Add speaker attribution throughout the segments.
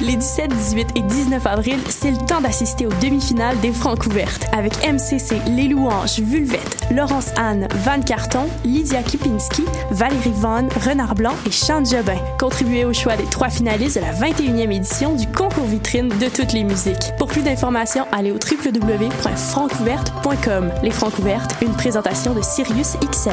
Speaker 1: 17, 18 et 19 avril, c'est le temps d'assister aux demi-finales des Francs ouvertes avec MCC, Les Louanges, Vulvette, Laurence Anne, Van Carton, Lydia Kipinski, Valérie Vaughan, Renard Blanc et Chante Jobin. Contribuez au choix des trois finalistes de la 21e édition du concours vitrine de toutes les musiques. Pour plus d'informations, allez au www.francouverte.com. Les Francs ouvertes, une présentation de Sirius XM.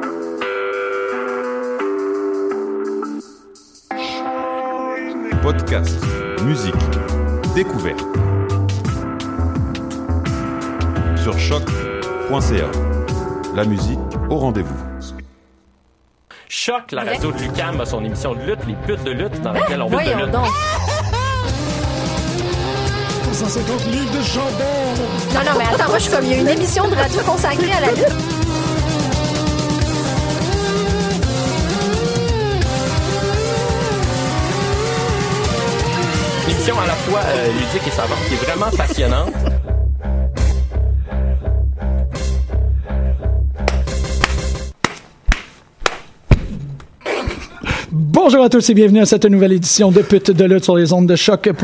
Speaker 2: Podcast, musique, découverte. Sur choc.ca. La musique au rendez-vous.
Speaker 3: Choc, la radio de Lucam a son émission de lutte, les putes de lutte,
Speaker 4: Ah,
Speaker 3: dans laquelle on va de lutte.
Speaker 4: Non, non, mais attends, moi, je suis comme, il y a une émission de radio consacrée à la lutte.
Speaker 3: Une émission à la fois euh, ludique et savante qui est vraiment passionnante.
Speaker 5: Bonjour à tous et bienvenue à cette nouvelle édition de Pute de lutte sur les ondes de choc.ca.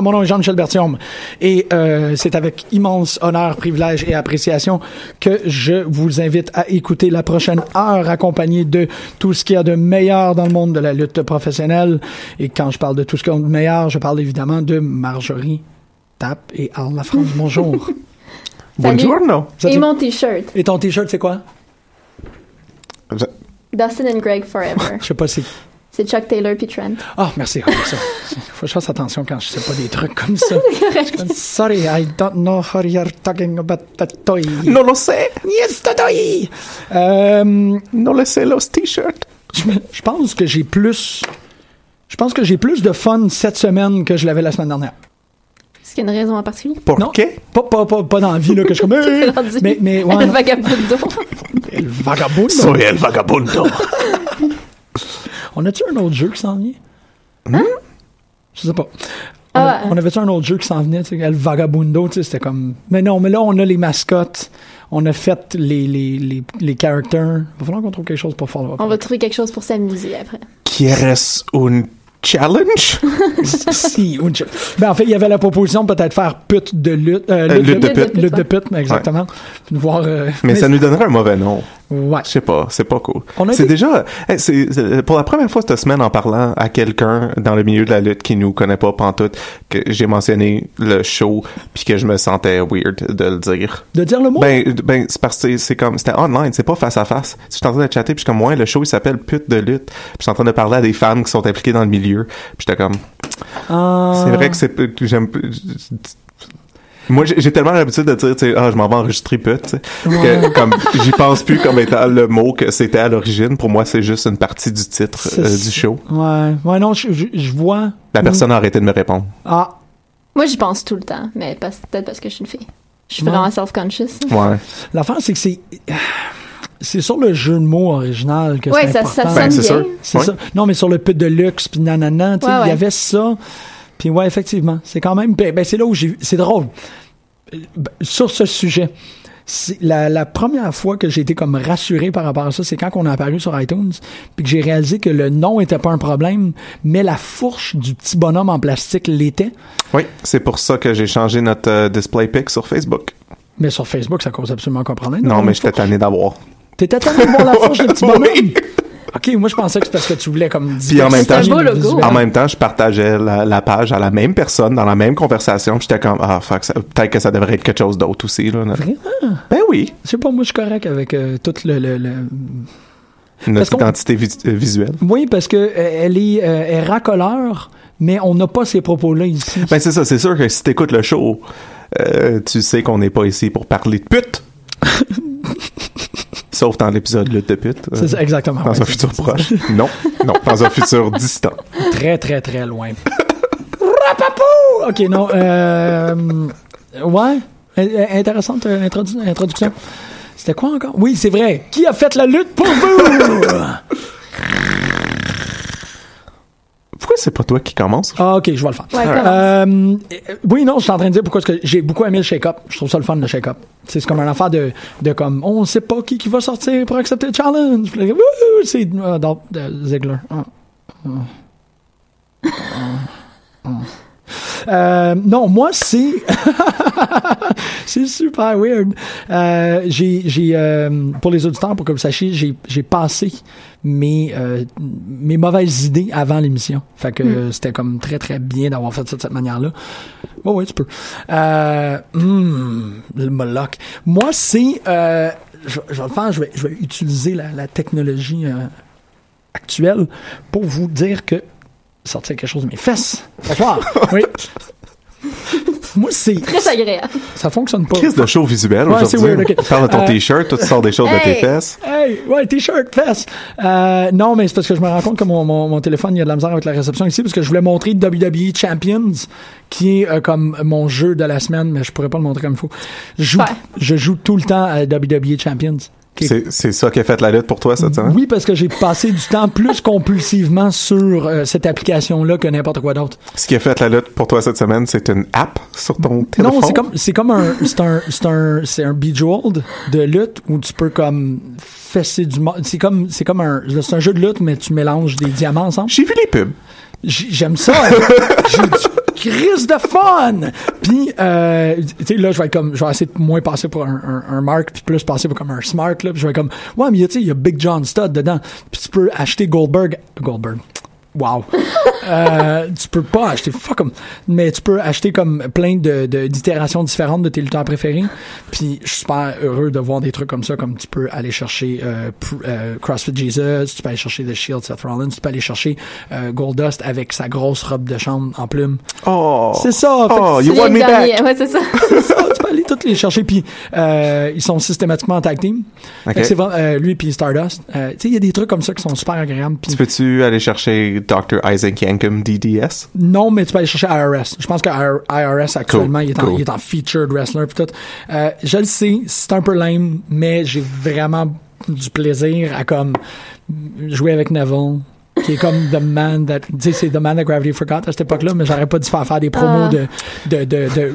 Speaker 5: Mon nom est Jean-Michel Bertium et euh, c'est avec immense honneur, privilège et appréciation que je vous invite à écouter la prochaine heure accompagnée de tout ce qu'il y a de meilleur dans le monde de la lutte professionnelle. Et quand je parle de tout ce qu'il y a de meilleur, je parle évidemment de Marjorie Tap et Arne Lafrance. Bonjour.
Speaker 6: Salut.
Speaker 5: Bonjour.
Speaker 6: Et mon t-shirt,
Speaker 5: Et ton t-shirt, c'est quoi?
Speaker 6: Dustin and Greg Forever.
Speaker 5: Je sais pas si...
Speaker 6: C'est Chuck Taylor puis Trent.
Speaker 5: Ah, merci. ah, ça. Faut que je fasse attention quand je sais pas des trucs comme ça. Sorry, I don't know how you're talking about the toy.
Speaker 7: Non lo sé,
Speaker 5: Yes, the toy! Euh,
Speaker 7: non le sé los t-shirts.
Speaker 5: je me- je pense que j'ai plus... Je pense que j'ai plus de fun cette semaine que je l'avais la semaine dernière.
Speaker 6: Est-ce qu'il y a une raison en particulier?
Speaker 7: Por
Speaker 5: Non.
Speaker 7: qué?
Speaker 5: Pas, pas, pas, pas dans la vie, là, que je suis comme... Hey!
Speaker 6: Rendu
Speaker 5: mais, mais,
Speaker 6: à
Speaker 5: ouais,
Speaker 6: le vagabundo.
Speaker 5: le vagabond, là.
Speaker 7: Soy el vagabundo.
Speaker 5: On a-tu un autre jeu qui s'en vient? Je sais pas. On,
Speaker 6: Ah.
Speaker 5: a- on avait-tu un autre jeu qui s'en venait? tu sais, El Vagabundo, tu sais, c'était comme... Mais non, mais là, on a les mascottes. On a fait les, les, les, les characters. Il va falloir qu'on trouve quelque chose pour follow-up.
Speaker 6: On va trouver quelque chose pour s'amuser après.
Speaker 7: ¿Quieres un challenge?
Speaker 5: si, ou une chose. Ben, en fait, il y avait la proposition de peut-être faire pute de lutte. euh,
Speaker 7: Euh, lutte de pute.
Speaker 5: Lutte de pute, mais exactement. Puis de voir... euh,
Speaker 7: Mais ça nous donnerait un mauvais nom.
Speaker 5: Ouais.
Speaker 7: Je sais pas, c'est pas cool.
Speaker 5: On a
Speaker 7: C'est
Speaker 5: été-
Speaker 7: déjà, eh, c'est c'est- pour la première fois cette semaine en parlant à quelqu'un dans le milieu de la lutte qui nous connaît pas pantoute que j'ai mentionné le show puis que je me sentais weird de le dire.
Speaker 5: De dire le mot.
Speaker 7: Ben, ben c'est parce que c'est- c'est comme c'était online, c'est pas face à face. Je suis en train de chatter puis je suis comme ouais, le show il s'appelle pute de lutte. Puis je suis en train de parler à des femmes qui sont impliquées dans le milieu. Puis j'étais comme
Speaker 5: Ah.
Speaker 7: c'est vrai que c'est peu- j'aime peu- moi j'ai j'ai tellement l'habitude de dire tu sais, ah je m'en vais enregistrer pute tu sais, que comme j'y pense plus comme étant le mot que c'était à l'origine pour moi c'est juste une partie du titre
Speaker 5: C'est-
Speaker 7: euh, du show
Speaker 5: Ouais. Ouais, non, je- je je vois...
Speaker 7: la personne
Speaker 5: Mm.
Speaker 7: a arrêté de me répondre
Speaker 5: Ah,
Speaker 6: Moi, j'y pense tout le temps, mais parce- peut-être parce que je suis une fille. Je suis
Speaker 5: Ouais.
Speaker 6: vraiment self-conscious.
Speaker 7: ouais
Speaker 5: l'affaire, c'est que c'est... C'est sur le jeu de mots original que
Speaker 6: Ouais,
Speaker 5: c'est
Speaker 6: ça,
Speaker 5: important.
Speaker 6: ça
Speaker 7: Ben,
Speaker 6: sonne
Speaker 7: c'est
Speaker 6: bien.
Speaker 7: sûr.
Speaker 5: C'est
Speaker 7: Ouais.
Speaker 5: ça. Non, mais sur le pute de luxe, puis nanana, tu sais,
Speaker 6: Ouais,
Speaker 5: il y
Speaker 6: ouais.
Speaker 5: avait ça. Puis ouais, effectivement, c'est quand même... Ben, ben, c'est là où j'ai... C'est drôle. Euh, ben, sur ce sujet, c'est- la, la première fois que j'ai été comme rassuré par rapport à ça, c'est quand on est apparu sur iTunes, puis que j'ai réalisé que le nom était pas un problème, mais la fourche du petit bonhomme en plastique l'était.
Speaker 7: Oui, c'est pour ça que j'ai changé notre euh, display pic sur Facebook.
Speaker 5: Mais sur Facebook, ça cause absolument aucun problème.
Speaker 7: Non, mais j'étais tanné d'avoir.
Speaker 5: T'étais tanné de voir la fourche du petit bonhomme? Ok, moi je pensais que c'est parce que tu voulais comme
Speaker 7: Puis en même, temps,
Speaker 5: diversifier le
Speaker 7: je,
Speaker 5: visuel.
Speaker 7: en même temps, je partageais la, la page à la même personne, dans la même conversation. puis J'étais comme, ah, fuck, ça- peut-être que ça devrait être quelque chose d'autre aussi. Là, notre, Ben oui.
Speaker 5: C'est pas moi, je suis correct avec euh, tout le- le- le,
Speaker 7: notre
Speaker 5: qu'on-
Speaker 7: identité vi- euh, visuelle.
Speaker 5: Oui, parce que euh, elle est, euh, elle est racoleur, mais on n'a pas ces propos-là ici.
Speaker 7: Ben c'est ça, c'est sûr que si t'écoutes le show, euh, tu sais qu'on n'est pas ici pour parler de pute. Sauf dans l'épisode Lutte de pute. euh,
Speaker 5: C'est ça, exactement,
Speaker 7: Dans
Speaker 5: ouais,
Speaker 7: un
Speaker 5: c'est-
Speaker 7: futur proche. Non, non, dans un futur distant.
Speaker 5: Très, très, très loin. Rapapou! Ok, non. Euh, ouais, euh, intéressante euh, introdu- introduction. C'était quoi encore? Oui, c'est vrai. Qui a fait la lutte pour vous?
Speaker 7: Pourquoi c'est pas toi qui commence?
Speaker 5: Ah, ok, je vais le faire.
Speaker 7: Ouais, commence.
Speaker 5: Euh, euh, oui, non, je suis en train de dire pourquoi est-ce que j'ai beaucoup aimé le shake-up. Je trouve ça le fun, le shake-up. C'est c'est comme un affaire de, de comme, on sait pas qui, qui va sortir pour accepter le challenge. Puis là, Wouhou, c'est euh, dans- de Ziegler. Ah. Ah. Ah. Ah. Euh, non, moi, c'est. c'est super weird. Euh, j'ai, j'ai, euh, pour les auditeurs, pour que vous sachiez, j'ai, j'ai passé mes, euh, mes mauvaises idées avant l'émission. Fait que euh, c'était comme très, très bien d'avoir fait ça de cette manière-là. Oui, oui, tu peux. Euh, hmm, le Moloch. Moi, c'est. euh, je, je vais le faire, je vais, je vais utiliser la, la technologie euh, actuelle pour vous dire que. Sortir quelque chose de mes fesses. Bonsoir. oui. Moi, c'est.
Speaker 6: Très agréable.
Speaker 5: Ça fonctionne pas.
Speaker 7: Qu'est-ce de show visuel
Speaker 5: Ouais, c'est
Speaker 7: aujourd'hui?
Speaker 5: weird, ok.
Speaker 7: Tu parles de ton
Speaker 5: Euh,
Speaker 7: t-shirt, toi tu sors des choses de tes fesses.
Speaker 5: Hey, ouais, t-shirt, fesses. Euh, non, mais c'est parce que je me rends compte que mon, mon, mon téléphone, il y a de la misère avec la réception ici, parce que je voulais montrer WWE Champions, qui est euh, comme mon jeu de la semaine, mais je pourrais pas le montrer comme il faut. Je joue, je joue tout le temps à WWE Champions. qui est-
Speaker 7: C'est hein? c'est ça qui a fait la lutte pour toi cette semaine?
Speaker 5: Oui, parce que j'ai passé du temps plus compulsivement sur euh, cette application-là que n'importe quoi d'autre.
Speaker 7: Ce qui a fait la lutte pour toi cette semaine, c'est une app sur ton téléphone?
Speaker 5: Non, c'est comme c'est comme un c'est un c'est un c'est un bejeweled de lutte où tu peux comme fesser du monde. C'est comme c'est comme un c'est un jeu de lutte mais tu mélanges des diamants ensemble.
Speaker 7: J'ai vu les pubs.
Speaker 5: J'aime ça. hein. J'ai du crise de fun. Puis euh, tu sais là je vais être comme je vais essayer de moins passer pour un, un, un mark puis plus passer pour comme un smart là. Puis je vais être comme ouais mais tu sais il y a Big John Studd dedans. Puis tu peux acheter Goldberg Goldberg. Wow. Euh, tu peux pas acheter fuck 'em. mais tu peux acheter comme plein de de- d'itérations différentes de tes lutteurs préférés. Puis je suis super heureux de voir des trucs comme ça, comme tu peux aller chercher euh, pr- euh, CrossFit Jesus, tu peux aller chercher The Shield Seth Rollins, tu peux aller chercher euh, Goldust avec sa grosse robe de chambre en plume.
Speaker 7: Oh!
Speaker 5: C'est ça. fait que
Speaker 7: Oh,
Speaker 5: c'est-
Speaker 7: you want me back!
Speaker 6: Ouais, c'est ça.
Speaker 5: c'est ça, tu peux aller toutes les chercher. Puis euh, ils sont systématiquement en tag team. Fait que
Speaker 7: Ok.
Speaker 5: c'est vraiment, euh, lui puis Stardust. Euh, tu sais, il y a des trucs comme ça qui sont super agréables. Puis
Speaker 7: Tu peux-tu aller chercher Dr. Isaac Yankum DDS?
Speaker 5: Non, mais tu peux aller chercher IRS. Je pense que IR- IRS actuellement,
Speaker 7: Cool,
Speaker 5: il, est en,
Speaker 7: cool.
Speaker 5: il est en featured wrestler pis tout. Euh, je le sais, c'est un peu lame, mais j'ai vraiment du plaisir à comme jouer avec Neville, qui est comme The Man That... Tu sais, c'est The Man That Gravity Forgot à cette époque-là, mais j'aurais pas dû faire faire des promos
Speaker 8: Ah.
Speaker 5: de, de, de, de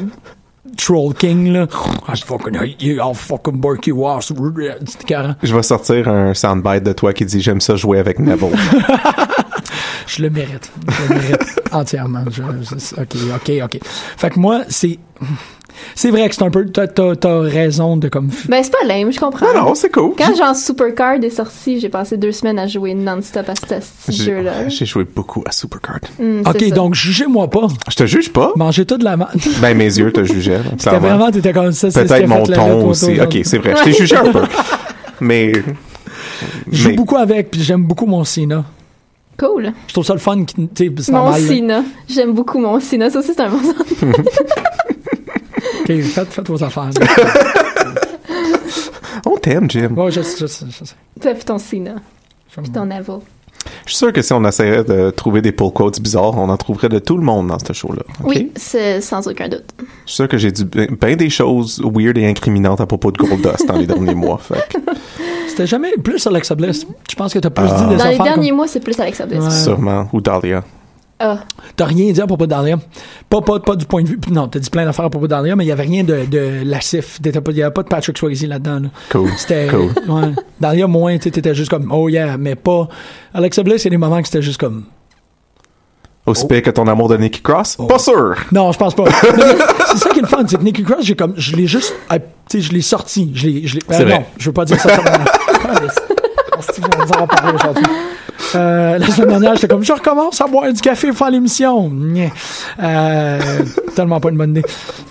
Speaker 5: Troll King, là. I fucking hate you, I'll fucking break you off. C'était carré.
Speaker 7: Je vais sortir un soundbite de toi qui dit j'aime ça jouer avec Neville.
Speaker 5: Je le mérite. Je le mérite entièrement. Je- je- ok, ok, ok. Fait que moi, c'est. C'est vrai que c'est un peu. T'as, t'as- t'as raison de comme.
Speaker 6: Ben, c'est pas lame, je comprends.
Speaker 5: Non, non, c'est cool.
Speaker 6: Quand genre Supercard est sorti, j'ai passé deux semaines à jouer non-stop à ce petit
Speaker 7: J'ai
Speaker 6: jeu-là.
Speaker 7: j'ai joué beaucoup à Supercard.
Speaker 6: Mm, c'est
Speaker 5: ok,
Speaker 6: ça.
Speaker 5: donc jugez-moi pas.
Speaker 7: Je te juge pas.
Speaker 5: Mangez tout de la main.
Speaker 7: Ben, mes yeux te jugeaient. là,
Speaker 5: T'as
Speaker 7: clairement.
Speaker 5: vraiment, t'étais comme ça. c'est ce qui
Speaker 7: Peut-être
Speaker 5: a
Speaker 7: mon
Speaker 5: fait la
Speaker 7: ton
Speaker 5: lettre au
Speaker 7: aussi.
Speaker 5: dos.
Speaker 7: Ok, c'est vrai. Je t'ai jugé un peu. Mais.
Speaker 5: Je joue
Speaker 7: mais-
Speaker 5: beaucoup avec, puis j'aime beaucoup mon Sina.
Speaker 6: Cool.
Speaker 5: Je trouve ça le fun. qui- tu sais, c'est
Speaker 6: Mon
Speaker 5: normal. là.
Speaker 6: Sina. J'aime beaucoup mon Sina. Ça aussi, c'est un bon sens.
Speaker 5: Ok, faites, faites vos affaires.
Speaker 7: On t'aime, Jim.
Speaker 5: Ouais, je, je- je- je sais.
Speaker 6: Toi, puis ton Sina. Puis ton Avo.
Speaker 7: Je suis sûr que si on essayait de trouver des pull quotes bizarres, on en trouverait de tout le monde dans ce show-là.
Speaker 6: Oui, c'est sans aucun doute.
Speaker 7: Je suis sûr que j'ai dit bien des choses weird et incriminantes à propos de Gold Dust dans les derniers mois. Fait que,
Speaker 5: C'était jamais plus Alexa Bliss. Je pense que t'as plus
Speaker 7: Ah.
Speaker 5: dit des
Speaker 6: Dans les
Speaker 5: affaires comme-
Speaker 6: derniers mois, c'est plus Alexa Bliss.
Speaker 7: Sûrement. Ou Dahlia.
Speaker 6: Ah,
Speaker 5: T'as rien dit à propos de Dahlia. Pas, pas, pas du point de vue. Non, t'as dit plein d'affaires à propos de Dahlia, mais il n'y avait rien de, de lascif. T'étais pas- Il n'y avait pas de Patrick Swayze là-dedans. là.
Speaker 7: Cool.
Speaker 5: C'était.
Speaker 7: Cool.
Speaker 5: Ouais. Dahlia, moins, tu sais, t'étais juste comme, oh yeah, mais pas. Alexa Bliss, il y a des moments que c'était juste comme.
Speaker 7: Aussi pire que ton amour de Nicky Cross?
Speaker 6: Oh.
Speaker 7: Pas sûr!
Speaker 5: Non, je pense pas. Mais c'est ça qui est le fun, c'est que Nicky Cross, j'ai comme, je l'ai juste, ah, tu sais, je l'ai sorti, je l'ai, je l'ai.
Speaker 7: C'est vrai.
Speaker 5: Non, je veux pas dire ça. comme- Ah, mais c'est- c'est-tu que j'en ai besoin d'en parler aujourd'hui. Euh, la semaine dernière, j'étais comme, je recommence à boire du café pour faire l'émission. Nya. Euh, tellement pas une bonne idée.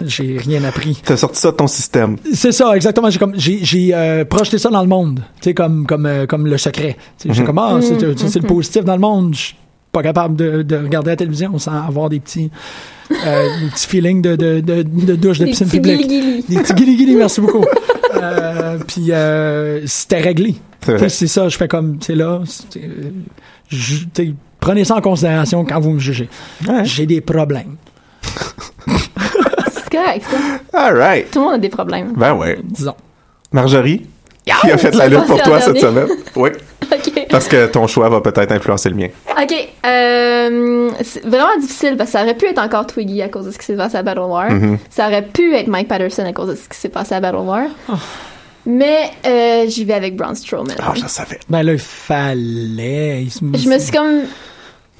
Speaker 5: J'ai rien appris.
Speaker 7: T'as sorti ça de ton système.
Speaker 5: C'est ça, exactement. J'ai comme j'ai j'ai, euh, projeté ça dans le monde, tu sais comme comme euh, comme le secret. Tu sais, J'étais
Speaker 7: Mhm.
Speaker 5: comme ah, c'est
Speaker 7: Mhm.
Speaker 5: c'est- c'est le positif dans le monde. Je suis pas capable de, de regarder la télévision sans avoir des petits euh, des petits feelings de de, de, de douche de
Speaker 6: Des
Speaker 5: piscine
Speaker 6: petits
Speaker 5: publique.
Speaker 6: guili-guili.
Speaker 5: Des petits guili merci beaucoup. Euh, puis euh, c'était réglé.
Speaker 7: C'est vrai.
Speaker 5: Tu sais, C'est ça, je fais comme c'est là, c'est- euh, je- tu sais, prenez ça en considération quand vous me jugez. J'ai des problèmes.
Speaker 6: C'est correct, ça.
Speaker 7: All right.
Speaker 6: Tout le monde a des problèmes.
Speaker 7: Ben ouais.
Speaker 5: Disons.
Speaker 7: Marjorie, qui a fait
Speaker 6: Tu
Speaker 7: la
Speaker 6: veux
Speaker 7: lutte pour
Speaker 6: passer
Speaker 7: toi
Speaker 6: Ah, en
Speaker 7: cette
Speaker 6: dernier?
Speaker 7: semaine? Oui.
Speaker 6: OK.
Speaker 7: Parce que ton choix va peut-être influencer le mien.
Speaker 6: OK. euh, c'est vraiment difficile parce que ça aurait pu être encore Twiggy à cause de ce qui s'est passé à Battle War.
Speaker 7: Mhm.
Speaker 6: Ça aurait pu être Mike Patterson à cause de ce qui s'est passé à Battle War.
Speaker 5: Ah.
Speaker 6: Mais euh, j'y vais avec Braun Strowman.
Speaker 7: Ah, savais.
Speaker 5: Ben là, il fallait. il se-
Speaker 8: Mm,
Speaker 6: Je me suis comme.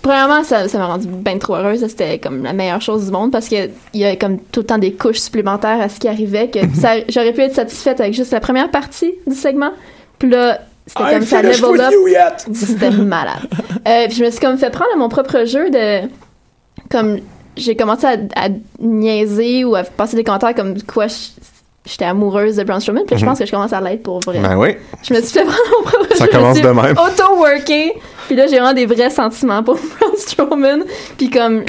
Speaker 6: Premièrement, ça ça m'a rendu bien trop heureuse. ça, C'était comme la meilleure chose du monde parce qu'il y a comme tout le temps des couches supplémentaires à ce qui arrivait. que ça- J'aurais pu être satisfaite avec juste la première partie du segment. Puis là, c'était
Speaker 8: I
Speaker 6: comme ça
Speaker 8: finished
Speaker 6: level
Speaker 8: with
Speaker 6: up.
Speaker 8: you
Speaker 6: C'était malade. Euh, puis je me suis comme fait prendre à mon propre jeu de. Comme j'ai commencé à, à niaiser ou à passer des commentaires comme quoi je- j'étais amoureuse de Braun Strowman. Puis
Speaker 8: Mm-hmm.
Speaker 6: là, je
Speaker 7: Mhm.
Speaker 6: pense que je commence à l'être pour vrai.
Speaker 7: Ben oui.
Speaker 6: Je me suis fait prendre mon propre
Speaker 7: Ça
Speaker 6: jeu, je me
Speaker 7: commence
Speaker 6: suis
Speaker 7: de même.
Speaker 6: Auto-worké. Puis là, j'ai vraiment des vrais sentiments pour Braun Strowman. Puis comme.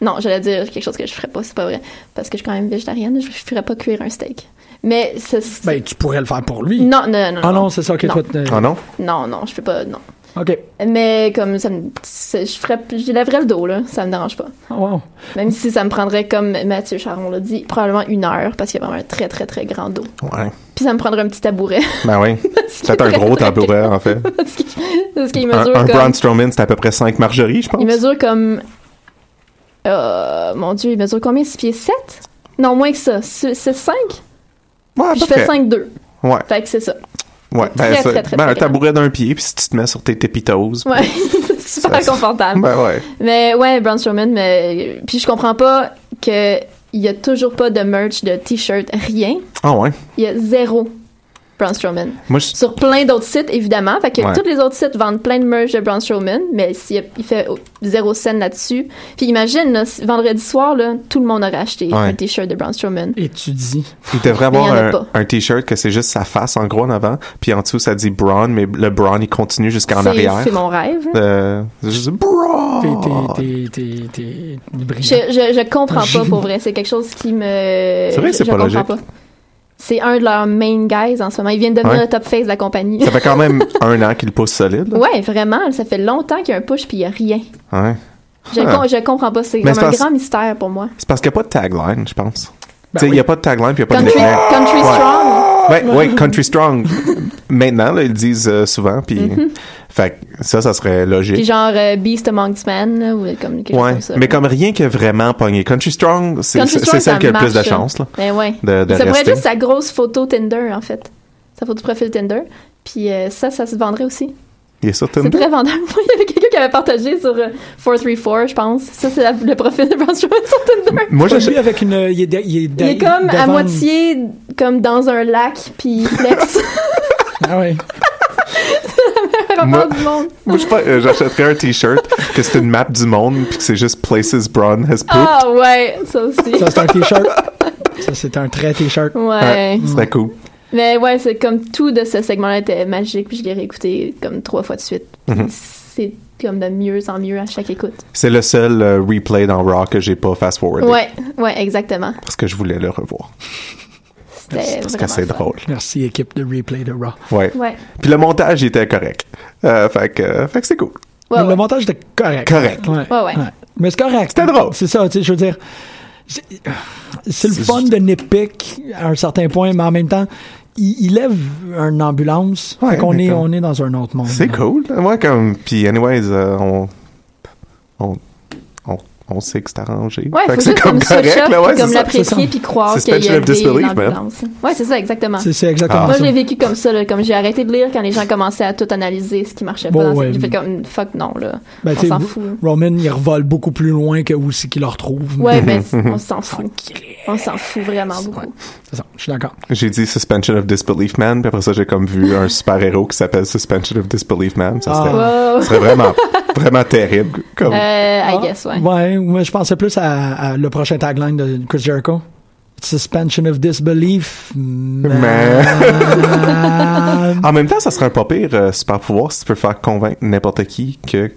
Speaker 6: Non, j'allais dire quelque chose que je ferais pas, c'est pas vrai. Parce que je suis quand même végétarienne, je ferais pas cuire un steak. Mais ça. c'est-
Speaker 5: Ben, tu pourrais le faire pour lui.
Speaker 6: Non, non, non.
Speaker 5: Ah non, c'est ça, ok, toi, t'es- Ah non?
Speaker 6: Non, non, je fais pas. Non.
Speaker 5: OK.
Speaker 6: Mais comme ça me. c'est- Je ferais. Je lèverais le dos, là. Ça me dérange pas.
Speaker 5: Oh, wow.
Speaker 6: Même si ça me prendrait, comme Mathieu Charon l'a dit, probablement une heure, parce qu'il y a vraiment un très, très, très grand dos.
Speaker 7: Ouais.
Speaker 6: Puis ça me prendrait un petit tabouret.
Speaker 7: Ben oui.
Speaker 6: Parce
Speaker 7: C'est
Speaker 6: qu'il
Speaker 7: un
Speaker 6: est
Speaker 7: gros
Speaker 6: très, très
Speaker 7: tabouret, en fait.
Speaker 6: Parce qu'il parce qu'il
Speaker 7: Un,
Speaker 6: mesure
Speaker 7: un
Speaker 6: comme...
Speaker 7: Braun Strowman, c'est à peu près 5 Marjorie, je pense.
Speaker 6: Il mesure comme. Euh, mon Dieu, il mesure combien 6 pieds 7 Non, moins que ça. 6, 5
Speaker 7: Ouais, à
Speaker 6: Je
Speaker 7: peu
Speaker 6: fais
Speaker 7: près.
Speaker 6: 5, 2.
Speaker 7: Ouais.
Speaker 6: Fait que c'est ça.
Speaker 7: Ouais.
Speaker 6: très,
Speaker 7: Ben, ça-
Speaker 6: très, très,
Speaker 7: ben,
Speaker 6: très
Speaker 7: un tabouret d'un pied, puis si tu te mets sur tes tépitoses.
Speaker 6: Ouais, c'est super
Speaker 7: Ça-
Speaker 6: confortable.
Speaker 7: Ben ouais.
Speaker 6: Mais ouais, Braun Strowman, mais. Puis je comprends pas que il y a toujours pas de merch, de t-shirt, rien.
Speaker 7: Ah ouais.
Speaker 6: Il y a zéro Braun Strowman.
Speaker 7: Moi, je-
Speaker 6: Sur plein d'autres sites, évidemment. Fait que
Speaker 7: Ouais.
Speaker 6: tous les autres sites vendent plein de merch de Braun Strowman, mais s'il y a- il fait oh, zéro scène là-dessus. Puis imagine, là, si- vendredi soir, là, tout le monde aurait acheté
Speaker 7: Ouais.
Speaker 6: un t-shirt de Braun Strowman.
Speaker 5: Et tu dis.
Speaker 7: Il devrait
Speaker 6: Mais il y
Speaker 7: avoir
Speaker 6: en a
Speaker 7: un,
Speaker 6: pas.
Speaker 7: un t-shirt que c'est juste sa face en gros en avant, puis en dessous ça dit Braun, mais le Braun il continue jusqu'en
Speaker 6: C'est-
Speaker 7: arrière.
Speaker 6: c'est mon rêve. hein.
Speaker 7: Euh, c'est juste Braun.
Speaker 5: T'es, t'es, t'es, t'es
Speaker 6: Je,
Speaker 5: brillant.
Speaker 6: je, je comprends pas pour vrai. C'est quelque chose qui me. C'est
Speaker 7: vrai que c'est pas logique.
Speaker 6: C'est un de leurs main guys en ce moment. Ils viennent de devenir
Speaker 7: Ouais.
Speaker 6: le top face de la compagnie.
Speaker 7: Ça fait quand même un an qu'il pousse solide. là.
Speaker 6: ouais, vraiment. Ça fait longtemps qu'il y a un push puis il y a rien.
Speaker 7: Ouais.
Speaker 6: Je,
Speaker 7: Ah.
Speaker 6: com- je comprends pas. C'est
Speaker 7: Mais
Speaker 6: comme
Speaker 7: c'est
Speaker 6: un
Speaker 7: parce-
Speaker 6: grand mystère pour moi.
Speaker 7: C'est parce qu'il n'y a pas de tagline, je pense.
Speaker 5: Ben
Speaker 7: tu sais, il n'y a pas de tagline puis il n'y a pas
Speaker 6: Country-
Speaker 7: de nickname.
Speaker 6: Country
Speaker 7: Ouais.
Speaker 6: Strong.
Speaker 7: Ouais, ouais, Country Strong. Maintenant, là, ils le disent euh, souvent, puis.
Speaker 6: Mhm.
Speaker 7: Fait que ça, ça serait logique.
Speaker 6: Puis genre euh, Beast Amongst Men, là, ou comme quelque
Speaker 7: Ouais,
Speaker 6: chose comme ça.
Speaker 7: mais comme rien que vraiment pogné. Country Strong, c'est
Speaker 6: Country
Speaker 7: c'est-
Speaker 6: Strong,
Speaker 7: c'est celle
Speaker 6: ça
Speaker 7: qui a le plus de
Speaker 6: marche,
Speaker 7: chance. Là,
Speaker 6: Ben ouais.
Speaker 7: de, de
Speaker 6: ça pourrait être
Speaker 7: rester.
Speaker 6: juste sa grosse photo Tinder, en fait. Sa photo de profil Tinder. Puis euh, ça, ça se vendrait aussi.
Speaker 7: Il est sur
Speaker 6: C'est
Speaker 7: Tinder.
Speaker 6: très vendeur. Moi, il y avait quelqu'un qui avait partagé sur euh, 434, je pense. Ça, c'est la- le profil de Braun Strowman sur Tinder.
Speaker 7: Moi,
Speaker 5: je
Speaker 7: je-
Speaker 5: suis avec une. Il est, de- il est, de-
Speaker 6: Il est comme à
Speaker 5: devant-
Speaker 6: moitié comme dans un lac, puis il flex.
Speaker 5: Ah ouais.
Speaker 6: c'est la meilleure
Speaker 7: Moi-
Speaker 6: affaire du monde.
Speaker 7: Moi, je sais pas, euh, j'achèterais un t-shirt que c'est une map du monde puis que c'est juste places Braun has pooped.
Speaker 6: Ah ouais, ça aussi.
Speaker 5: Ça, c'est un t-shirt. ça, c'est un très t-shirt.
Speaker 6: Ouais.
Speaker 7: ce serait cool.
Speaker 6: Mais ouais, c'est comme tout de ce segment-là était magique, puis je l'ai réécouté comme trois fois de suite.
Speaker 7: Mhm.
Speaker 6: C'est comme de mieux en mieux à chaque écoute.
Speaker 7: C'est le seul euh, replay dans Raw que j'ai pas fast forwardé
Speaker 6: Ouais, ouais, exactement.
Speaker 7: parce que je voulais le revoir.
Speaker 6: C'était
Speaker 7: Parce que c'est
Speaker 6: vraiment
Speaker 7: drôle.
Speaker 5: Merci, équipe de replay de Raw.
Speaker 7: Ouais.
Speaker 6: Ouais.
Speaker 7: Puis le montage il était correct. Euh, fait que, euh, fait que c'est cool.
Speaker 5: Mais Le montage était correct.
Speaker 7: Correct.
Speaker 5: Ouais.
Speaker 6: Ouais, ouais.
Speaker 5: Mais c'est correct. C'était drôle. C'est ça, tu sais, je veux dire. c'est- C'est le fun de Nippic à un certain point, mais en même temps, il, il lève une ambulance. fait
Speaker 7: Ouais,
Speaker 5: qu'on
Speaker 7: mais
Speaker 5: est,
Speaker 7: comme-
Speaker 5: on est dans un autre monde.
Speaker 7: C'est cool. Moi, comme. Puis, anyways, euh, on. on on sait que c'est arrangé.
Speaker 6: Ouais,
Speaker 7: Fait
Speaker 6: faut
Speaker 7: que
Speaker 6: juste comme surchauffer,
Speaker 7: là, ouais,
Speaker 6: puis comme
Speaker 7: c'est ça.
Speaker 6: l'apprécier, puis croire qu'il y a
Speaker 7: Suspension of
Speaker 6: des
Speaker 7: disbelief, man.
Speaker 6: ambulances. Ouais, c'est ça, exactement.
Speaker 5: C'est- c'est exactement
Speaker 6: Hein?
Speaker 7: Ah.
Speaker 6: Moi,
Speaker 5: ça.
Speaker 6: j'ai vécu comme ça, là, comme j'ai arrêté de lire quand les gens commençaient à tout analyser ce qui marchait
Speaker 5: Bon,
Speaker 6: pas. dans cette-
Speaker 5: ouais.
Speaker 6: J'ai fait comme, fuck non, là.
Speaker 5: Ben,
Speaker 6: on
Speaker 5: tu sais,
Speaker 6: s'en fout.
Speaker 5: Roman, il revole beaucoup plus loin que où c'est qu'il le retrouve.
Speaker 6: Ouais, ben, on s'en fout. On s'en fout vraiment beaucoup.
Speaker 5: C'est ça, je suis d'accord.
Speaker 7: J'ai dit Suspension of Disbelief Man, puis après ça, j'ai comme vu un super-héros qui s'appelle Suspension of Disbelief Man. Ça serait,
Speaker 6: Ah. Wow.
Speaker 7: ça serait vraiment, vraiment terrible. Comme,
Speaker 6: Euh,
Speaker 5: Ah,
Speaker 6: I guess, ouais.
Speaker 5: Ouais, ouais, je pensais plus à, à le prochain tagline de Chris Jericho. Suspension of disbelief. Ben,
Speaker 7: Mais- en même temps, ça serait un pas pire euh, super-pouvoir si tu peux faire convaincre n'importe qui que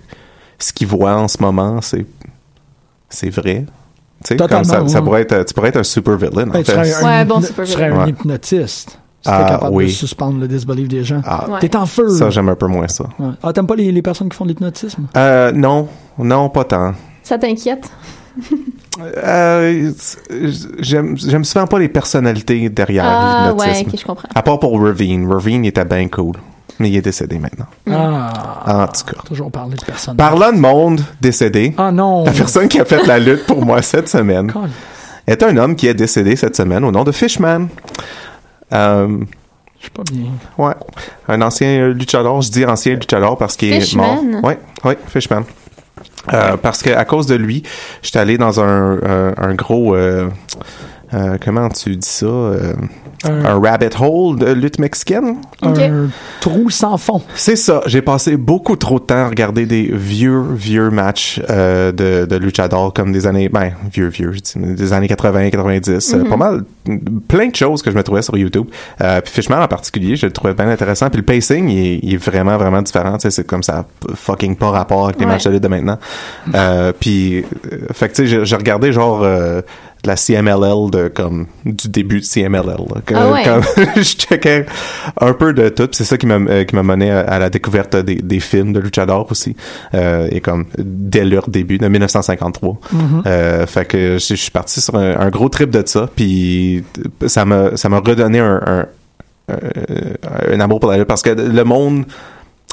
Speaker 7: ce qu'il voit en ce moment, c'est, c'est vrai. Tu sais,
Speaker 5: Totalement,
Speaker 7: comme ça, ça
Speaker 5: ouais.
Speaker 7: pourrait être, euh, tu pourrais être un super-villain,
Speaker 5: Ben,
Speaker 7: en
Speaker 5: tu
Speaker 7: fait.
Speaker 5: serais un,
Speaker 6: Ouais, bon,
Speaker 5: hypno-
Speaker 6: super
Speaker 5: tu serais un
Speaker 7: villain.
Speaker 5: hypnotisiste. Si t'es
Speaker 7: Ah,
Speaker 5: capable de
Speaker 7: oui. Ah.
Speaker 5: suspendre le disbelief des gens.
Speaker 6: Ouais.
Speaker 5: T'es en feu.
Speaker 7: Ça, j'aime un peu moins ça.
Speaker 5: Ouais. Ah, t'aimes pas les, les personnes qui font de l'hypnotisme?
Speaker 7: Euh, non, non, pas tant.
Speaker 6: Ça t'inquiète?
Speaker 7: Euh, j'aime j'aime souvent pas les personnalités derrière
Speaker 6: Ah,
Speaker 7: l'hypnotisme.
Speaker 6: ouais, ok, je comprends.
Speaker 7: À part pour Ravine. Ravine était bien cool. Mais il est décédé maintenant.
Speaker 6: Mm.
Speaker 5: Ah,
Speaker 7: En tout cas.
Speaker 5: toujours parler de personnes.
Speaker 7: Parlant de monde décédé,
Speaker 5: Ah non!
Speaker 7: la personne qui a fait la lutte pour moi cette semaine
Speaker 5: Colin.
Speaker 7: est un homme qui est décédé cette semaine au nom de Fishman. Euh,
Speaker 5: Je suis pas bien.
Speaker 7: ouais. Un ancien euh, luchador. Je dis ancien luchador parce qu'il est mort.
Speaker 6: Fishman?
Speaker 7: Ouais, ouais, Fishman. Euh, parce que à cause de lui, j'étais allé dans un, un, un gros euh, euh, comment tu dis ça euh,
Speaker 5: Un-
Speaker 7: un rabbit hole de lutte mexicaine.
Speaker 6: Ok.
Speaker 5: Un trou sans fond.
Speaker 7: C'est ça. J'ai passé beaucoup trop de temps à regarder des vieux, vieux matchs euh, de, de luchador comme des années, ben, vieux, vieux, je dis, mais des années 80, 90. euh, pas mal, plein de choses que je me trouvais sur YouTube. Euh, puis Fishman en particulier, je le trouvais bien intéressant. Puis le pacing, il est, il est vraiment, vraiment différent. Tu sais, c'est comme ça, a fucking pas rapport avec les
Speaker 6: Ouais.
Speaker 7: matchs de lutte de maintenant. Euh, puis, euh, fait que tu sais, j'ai- j'ai regardé genre euh, de la CMLL de comme du début de CMLL. là, que-
Speaker 6: Ah ouais.
Speaker 7: comme- euh, je checkais un peu de tout. puis C'est ça qui m'a euh, qui m'a mené à, à la découverte des, des films de luchador aussi. Euh, et comme dès leur début, de 1953.
Speaker 6: Mm-hmm.
Speaker 7: Euh, fait que je je suis parti sur un, un gros trip de ça. Puis ça m'a ça m'a redonné un, un, euh, un- un amour pour la lutte. Parce que le monde...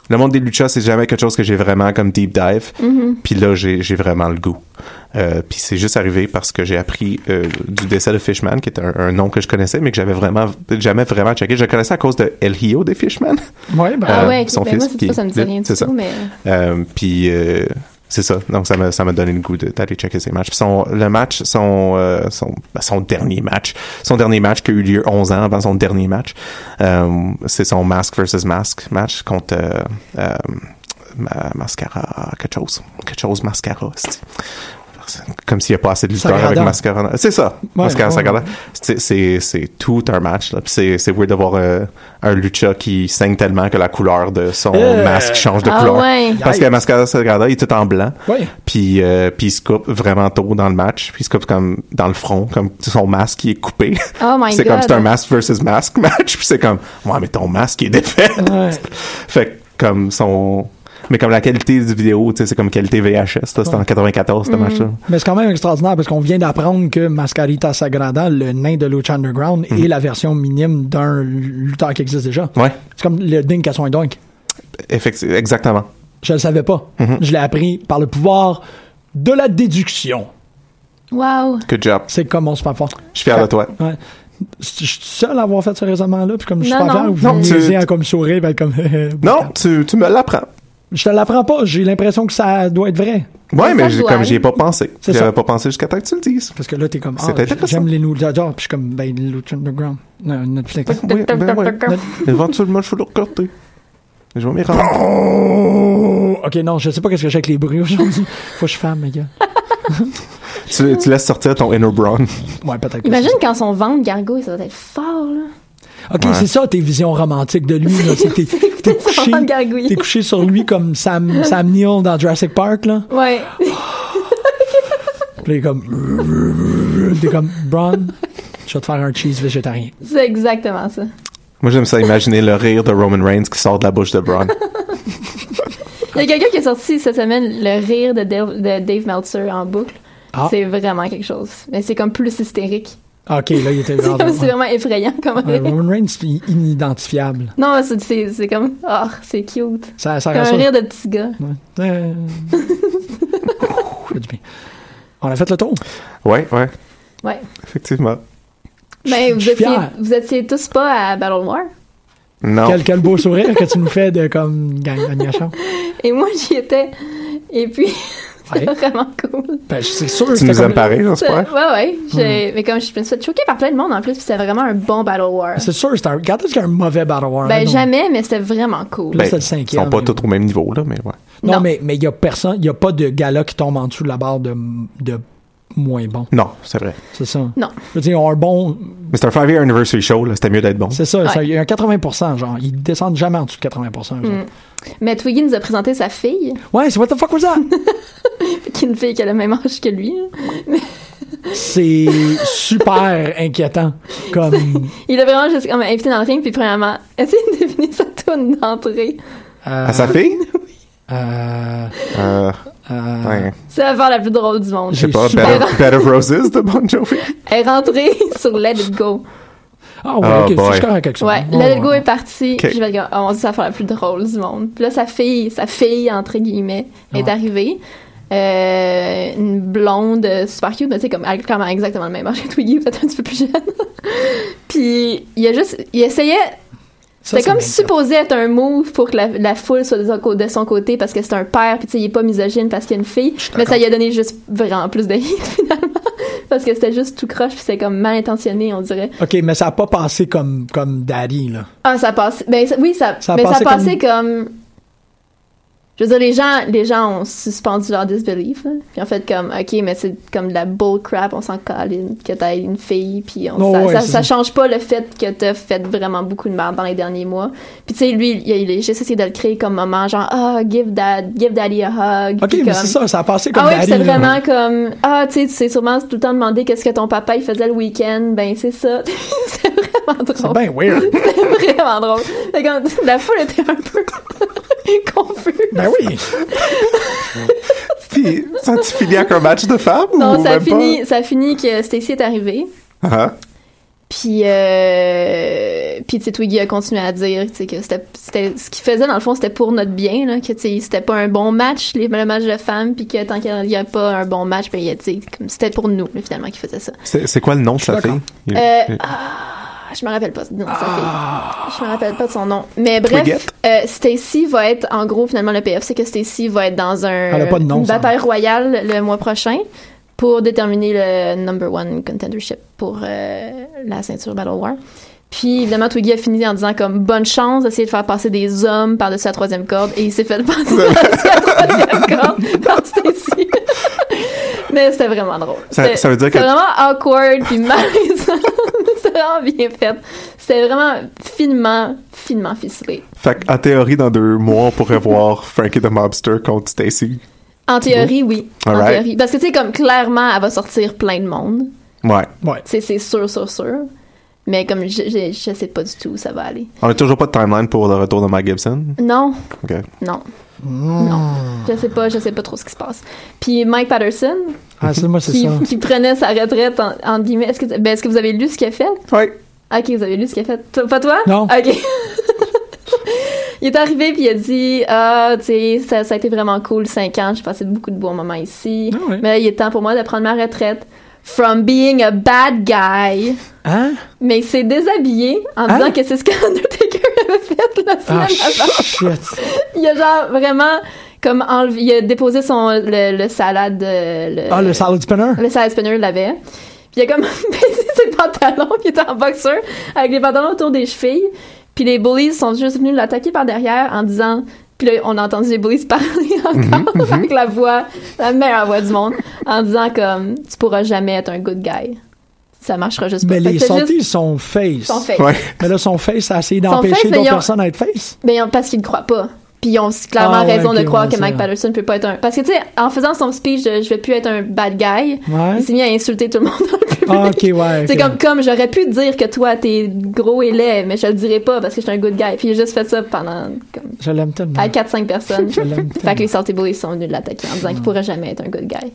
Speaker 7: Le monde des luchas, c'est jamais quelque chose que j'ai vraiment comme deep dive. Puis là, j'ai j'ai vraiment le goût. Euh, puis c'est juste arrivé parce que j'ai appris euh, du décès de Fishman, qui est un, un nom que je connaissais, mais que j'avais vraiment jamais vraiment checké. Je le connaissais à cause de El Hio des Fishman.
Speaker 5: Ouais, ben,
Speaker 6: Ah
Speaker 7: Euh,
Speaker 6: ouais, ok,
Speaker 7: son
Speaker 6: ben
Speaker 7: fils
Speaker 6: moi, c'est
Speaker 7: qui
Speaker 6: pas- ça me dit
Speaker 7: est-
Speaker 6: rien du
Speaker 7: c'est ça.
Speaker 6: tout, mais...
Speaker 7: Euh, puis euh, c'est ça. Donc ça m'a ça m'a donné le goût de- d'aller checker ces matchs. Puis son le match son euh, son ben, son dernier match, son dernier match qui a eu lieu 11 ans avant son dernier match. euh, c'est son Mask versus Mask match contre euh, euh, ma- Mascara quelque chose, quelque chose Mascara. c'est- Comme s'il n'y a pas assez de lutteurs avec
Speaker 5: Sagrada.
Speaker 7: Mascara. C'est ça. Mascara
Speaker 5: ouais,
Speaker 7: Sagrada.
Speaker 5: ouais.
Speaker 7: C'est- C'est c'est tout un match. là. Puis C'est c'est weird d'avoir euh, un lucha qui saigne tellement que la couleur de son
Speaker 5: Euh.
Speaker 7: masque change de
Speaker 6: Ah
Speaker 7: couleur.
Speaker 6: ouais.
Speaker 7: Parce que
Speaker 5: Yikes.
Speaker 7: Mascara Sagrada, il est tout en blanc.
Speaker 5: Ouais.
Speaker 7: Puis, euh, puis il se coupe vraiment tôt dans le match. Puis il se coupe comme dans le front, comme son masque qui est coupé.
Speaker 6: Oh my
Speaker 7: c'est
Speaker 6: God.
Speaker 7: comme c'est un masque versus masque match. Puis c'est comme, ouais, mais ton masque il est défait. fait que comme son. Mais comme la qualité du vidéo, tu sais, c'est comme qualité VHS. là, C'était en 94,
Speaker 6: Mm.
Speaker 7: ce match-là.
Speaker 5: Mais c'est quand même extraordinaire parce qu'on vient d'apprendre que Mascarita Sagrada, le nain de Lucha Underground,
Speaker 7: Mhm.
Speaker 5: est la version minime d'un lutteur qui existe déjà.
Speaker 7: Ouais,
Speaker 5: C'est comme le Dink à soin Dunk.
Speaker 7: effectivement, exactement.
Speaker 5: Je le savais pas.
Speaker 7: Mhm.
Speaker 5: Je l'ai appris par le pouvoir de la déduction.
Speaker 6: Wow.
Speaker 7: Good job.
Speaker 5: C'est comme on se parle fort.
Speaker 7: Je suis fier de toi.
Speaker 5: Ouais. Je suis seul à avoir fait ce raisonnement-là, puis comme je suis
Speaker 6: Non,
Speaker 5: pas
Speaker 6: non.
Speaker 5: fier, vous
Speaker 7: Non, tu-
Speaker 5: niaisez à comme sourire, ben comme...
Speaker 7: Euh, Non, tu, tu me l'apprends.
Speaker 5: Je te l'apprends pas, j'ai l'impression que ça doit être vrai.
Speaker 7: Ouais,
Speaker 6: Mais
Speaker 7: mais
Speaker 6: ça
Speaker 7: j'ai-
Speaker 6: doit
Speaker 7: comme
Speaker 6: aller.
Speaker 7: j'y ai pas pensé.
Speaker 5: C'est
Speaker 7: J'avais
Speaker 5: ça.
Speaker 7: pas pensé jusqu'à temps que tu le dises.
Speaker 5: Parce que là, t'es comme,
Speaker 7: C'est
Speaker 5: ah,
Speaker 7: intéressant.
Speaker 5: j'aime les New Judges, puis je suis comme, ben, Lucha Underground, Non, Netflix.
Speaker 7: Oui, ben oui. Éventuellement, je vais le recorter. Je vais m'y rendre.
Speaker 5: Oh, ok, non, je sais pas qu'est-ce que j'ai avec les bruits aujourd'hui. Faut que je ferme, mes gars.
Speaker 7: tu, tu laisses sortir ton inner brown.
Speaker 5: Ouais, peut-être. que
Speaker 6: Imagine
Speaker 5: c'est
Speaker 6: quand son ventre gargouille, ça doit être fort, là.
Speaker 5: ça. Ok, c'est ça tes visions romantiques de lui. là. C'est- T'es t'es
Speaker 6: son
Speaker 5: couché,
Speaker 6: ventre gargouille.
Speaker 5: t'es couché sur lui comme Sam, Sam Neill dans Jurassic Park, là.
Speaker 6: Ouais.
Speaker 5: Puis là, il est comme. T'es comme, Bron, je vais te faire un cheese végétarien.
Speaker 6: C'est exactement ça.
Speaker 7: Moi, j'aime ça imaginer le rire de Roman Reigns qui sort de la bouche de Braun.
Speaker 6: Il y a quelqu'un qui a sorti cette semaine le rire de Dave, de Dave Meltzer en boucle.
Speaker 5: Ah.
Speaker 6: C'est vraiment quelque chose. Mais c'est comme plus hystérique.
Speaker 5: Ok, là, il était
Speaker 6: C'est
Speaker 5: vraiment.
Speaker 6: comme c'est vraiment effrayant comme
Speaker 5: Ouais,
Speaker 6: rire.
Speaker 5: Roman Reigns, c'est inidentifiable.
Speaker 6: Non, c'est- c'est c'est comme ah, c'est cute.
Speaker 5: Ah, Ça, ça
Speaker 6: Comme un
Speaker 5: rassure.
Speaker 6: rire de petit gars.
Speaker 5: Ouais. Euh, ça fait du bien. On a fait le tour.
Speaker 7: Ouais, ouais,
Speaker 6: Ouais.
Speaker 7: effectivement.
Speaker 6: Mais vous
Speaker 5: je suis
Speaker 6: étiez,
Speaker 5: fier.
Speaker 6: vous étiez tous pas à Battle War.
Speaker 7: Non.
Speaker 5: Quel, quel beau sourire que tu nous fais de comme gang gagnachon.
Speaker 6: Et moi, j'y étais. Et puis, c'était vraiment cool.
Speaker 5: Ben, c'est sûr.
Speaker 7: Tu
Speaker 5: c'était
Speaker 7: nous
Speaker 5: comme-
Speaker 7: aimes pareil, j'espère.
Speaker 6: Ouais, ouais.
Speaker 5: Hmm.
Speaker 6: j'ai- Mais comme je me suis fait choquer par plein de monde en plus, puis c'était vraiment un bon Battle War.
Speaker 5: C'est sûr, c'est un. Regarde, c'est un mauvais Battle War. hein, là,
Speaker 6: Ben,
Speaker 5: non.
Speaker 6: jamais, mais c'était vraiment cool.
Speaker 5: Là, c'est le
Speaker 7: Ben, ils
Speaker 5: cinquième.
Speaker 7: sont pas tous au même niveau, là, mais ouais.
Speaker 5: Non, mais il mais n'y a personne, il a pas de gala qui tombe en dessous de la barre de, de moins bon.
Speaker 7: Non, c'est vrai.
Speaker 5: C'est ça.
Speaker 6: Non.
Speaker 5: Je veux dire, ils ont un bon.
Speaker 7: Mais c'est un 5-year anniversary show, là. C'était mieux d'être bon.
Speaker 5: C'est ça, ça, il y a un 80%, genre. Ils descendent jamais en dessous de 80%. eux autres.
Speaker 6: Mm. Mais Twiggy nous a présenté sa fille,
Speaker 5: Ouais, c'est what the fuck was that?
Speaker 6: qui est une fille qui a le même âge que lui. hein.
Speaker 5: c'est super inquiétant. Comme. euh,
Speaker 6: Il a vraiment juste comme invité dans le ring, puis premièrement, essayez de deviner sa toune d'entrée.
Speaker 7: À
Speaker 5: Ah.
Speaker 7: sa fille?
Speaker 5: Euh.
Speaker 7: Euh,
Speaker 5: euh,
Speaker 7: ouais.
Speaker 6: C'est la part la plus drôle du monde.
Speaker 7: Je sais pas, Bed of, Bed of Roses de Bon Jovi?
Speaker 6: Elle est rentrée sur Let It Go.
Speaker 5: Ah ouais,
Speaker 7: Oh
Speaker 5: ok,
Speaker 7: boy.
Speaker 5: c'est correct avec ça.
Speaker 6: Ouais,
Speaker 5: Ouais,
Speaker 6: Let It
Speaker 5: ouais.
Speaker 6: Go est parti.
Speaker 7: Ok.
Speaker 6: Je vais dire, oh mon dieu, c'est la part la plus drôle du monde. Puis là, sa fille, sa fille, entre guillemets, est
Speaker 5: Ouais.
Speaker 6: arrivée. Euh, une blonde euh, super cute, mais tu sais, comme elle a clairement exactement le même âge que Twiggy, peut-être un petit peu plus jeune. Puis il a juste, il essayait.
Speaker 5: Ça,
Speaker 6: C'était
Speaker 5: ça
Speaker 6: comme
Speaker 5: m'inquiète.
Speaker 6: supposé être un move pour que la, la foule soit de son, cô- de son côté parce que c'est un père, puis tu sais, il est pas misogyne parce qu'il y a une fille. Mais ça lui a donné juste vraiment plus de hits finalement. Parce que c'était juste tout croche, puis c'était comme mal intentionné, on dirait.
Speaker 5: Ok, mais ça a pas passé comme, comme Daddy, là.
Speaker 6: Ah, ça passe. Ben, ça- oui, ça,
Speaker 5: Ça a
Speaker 6: mais ça
Speaker 5: passé comme-
Speaker 6: passait comme... Je veux dire, les gens, les gens ont suspendu leur disbelief. là. Puis en fait, comme, OK, mais c'est comme de la bull crap, on s'en calme que t'as une fille, puis on-
Speaker 5: Oh,
Speaker 6: ça,
Speaker 5: ouais,
Speaker 6: ça,
Speaker 5: c'est ça.
Speaker 6: ça change pas le fait que t'as fait vraiment beaucoup de merde dans les derniers mois. Puis tu sais, lui, il, il a juste essayé de le créer comme moment, genre, ah, give, dad, give daddy a hug.
Speaker 5: Ok,
Speaker 6: puis
Speaker 5: mais
Speaker 6: comme-
Speaker 5: c'est ça, ça a passé comme
Speaker 6: ah oui,
Speaker 5: Daddy.
Speaker 6: c'est
Speaker 5: là.
Speaker 6: vraiment comme ah tu sais tu sais sûrement tout le temps demander qu'est-ce que ton papa il faisait le week-end ben c'est ça c'est vraiment drôle
Speaker 5: C'est bien weird.
Speaker 6: c'était vraiment drôle. Fait comme, la foule était un peu confuse.
Speaker 5: Ben oui.
Speaker 7: Puis, ça a-tu fini avec un match de femmes
Speaker 6: Non,
Speaker 7: ou
Speaker 6: ça
Speaker 7: même
Speaker 6: finit, ça finit que Stacy est arrivée.
Speaker 7: pas? Ah,
Speaker 6: Puis, euh, puis tu sais, Twiggy a continué à dire tu sais, que c'était, c'était- ce qu'il faisait, dans le fond, c'était pour notre bien, là, que tu sais, c'était pas un bon match, les- le match de femmes, puis que tant qu'il n'y a pas un bon match, ben, il y a, tu sais, comme, c'était pour nous, là, finalement, qu'il faisait ça.
Speaker 7: C'est c'est quoi le nom de sa
Speaker 5: d'accord.
Speaker 7: fille? Il-
Speaker 6: Euh,
Speaker 7: il-
Speaker 6: Ah, Je me rappelle pas non, ça
Speaker 5: Ah.
Speaker 6: fait- Je me rappelle pas de son nom. Mais bref,
Speaker 7: Twigette?
Speaker 6: euh, Stacy va être en gros finalement le PF, c'est que Stacy va être dans un
Speaker 5: Elle a pas de nom,
Speaker 6: une
Speaker 5: ça.
Speaker 6: bataille royale le mois prochain pour déterminer le number one contendership pour euh, la ceinture Battle War. Puis évidemment Twiggy a fini en disant comme bonne chance d'essayer de faire passer des hommes par-dessus la troisième corde et il s'est fait passer par-dessus la troisième corde par Stacy. Mais c'était vraiment drôle.
Speaker 7: Ça-
Speaker 6: C'était-
Speaker 7: ça veut dire
Speaker 6: c'était
Speaker 7: que-
Speaker 6: vraiment awkward puis malaisant. mais c'était vraiment bien fait. C'était vraiment finement, finement ficelé.
Speaker 7: Fait qu'en théorie, dans deux mois, on pourrait voir Frankie the Mobster contre Stacy.
Speaker 6: En théorie, oui. En
Speaker 7: Alright.
Speaker 6: théorie. Parce que, tu sais, comme clairement, elle va sortir plein de monde.
Speaker 7: Ouais.
Speaker 5: Ouais.
Speaker 6: C'est c'est sûr, sûr, sûr. Mais comme, je, je, je sais pas du tout où ça va aller.
Speaker 7: On a toujours pas de timeline pour le retour de Mike Gibson.
Speaker 6: Non,
Speaker 7: OK.
Speaker 6: non. Non. Je sais pas, je sais pas trop ce qui se passe. Puis Mike Patterson,
Speaker 5: Ah, c'est moi, c'est
Speaker 6: qui,
Speaker 5: ça.
Speaker 6: qui prenait sa retraite, en, entre guillemets, est-ce que, ben, est-ce que vous avez lu ce qu'il a fait?
Speaker 7: Oui.
Speaker 6: Ok, vous avez lu ce qu'il a fait. Toi- Pas toi?
Speaker 5: Non.
Speaker 6: Ok. il est arrivé puis il a dit Ah, tu sais, ça, ça a été vraiment cool, 5 ans, j'ai passé beaucoup de bons moments ici.
Speaker 5: Ah ouais.
Speaker 6: Mais là, il est temps pour moi de prendre ma retraite. From being a bad guy.
Speaker 5: Hein?
Speaker 6: Mais il s'est déshabillé en
Speaker 5: Hein?
Speaker 6: disant que c'est ce qu'Undertaker avait fait la semaine
Speaker 5: Ah,
Speaker 6: avant.
Speaker 5: shit.
Speaker 6: Il a genre vraiment comme enlevé, il a déposé son, le, le salade. euh,
Speaker 5: Ah, le salad spinner?
Speaker 6: le side spinner l'avait. Puis il a comme baissé ses pantalons, puis il était en boxeur, avec les pantalons autour des chevilles. Puis les bullies sont juste venus l'attaquer par derrière en disant... Puis là, on a entendu les bullies parler encore avec la voix, la meilleure voix du monde, en disant comme, tu pourras jamais être un good guy. Ça marchera juste pas.
Speaker 5: Mais
Speaker 6: Fait que
Speaker 5: les
Speaker 6: c'est juste
Speaker 5: sorties, sont face.
Speaker 6: son face.
Speaker 7: Ouais.
Speaker 5: Mais là, son face, ça a essayé
Speaker 6: face,
Speaker 5: d'empêcher
Speaker 6: mais
Speaker 5: d'autres
Speaker 6: ils ont-
Speaker 5: personnes à être face.
Speaker 6: Ben, ils ont- parce qu'ils ne croient pas. Puis ils ont clairement
Speaker 5: Ah ouais,
Speaker 6: raison
Speaker 5: ok,
Speaker 6: de croire
Speaker 5: ouais,
Speaker 6: que
Speaker 5: c'est
Speaker 6: Mike
Speaker 5: vrai.
Speaker 6: Patterson peut pas être un. Parce que, tu sais, en faisant son speech de je vais plus être un bad guy,
Speaker 5: Ouais.
Speaker 6: il s'est mis à insulter tout le monde dans le public.
Speaker 5: Ah, ok, ouais.
Speaker 6: C'est
Speaker 5: ok.
Speaker 6: comme, comme j'aurais pu dire que toi, t'es gros et laid, mais je le dirais pas parce que je suis un good guy. Puis j'ai juste fait ça pendant comme,
Speaker 5: Je l'aime tellement.
Speaker 6: à 4-5 personnes.
Speaker 5: Je l'aime
Speaker 6: fait que les Salty Boys sont venus l'attaquer en disant qu'il pourrait jamais être un good guy.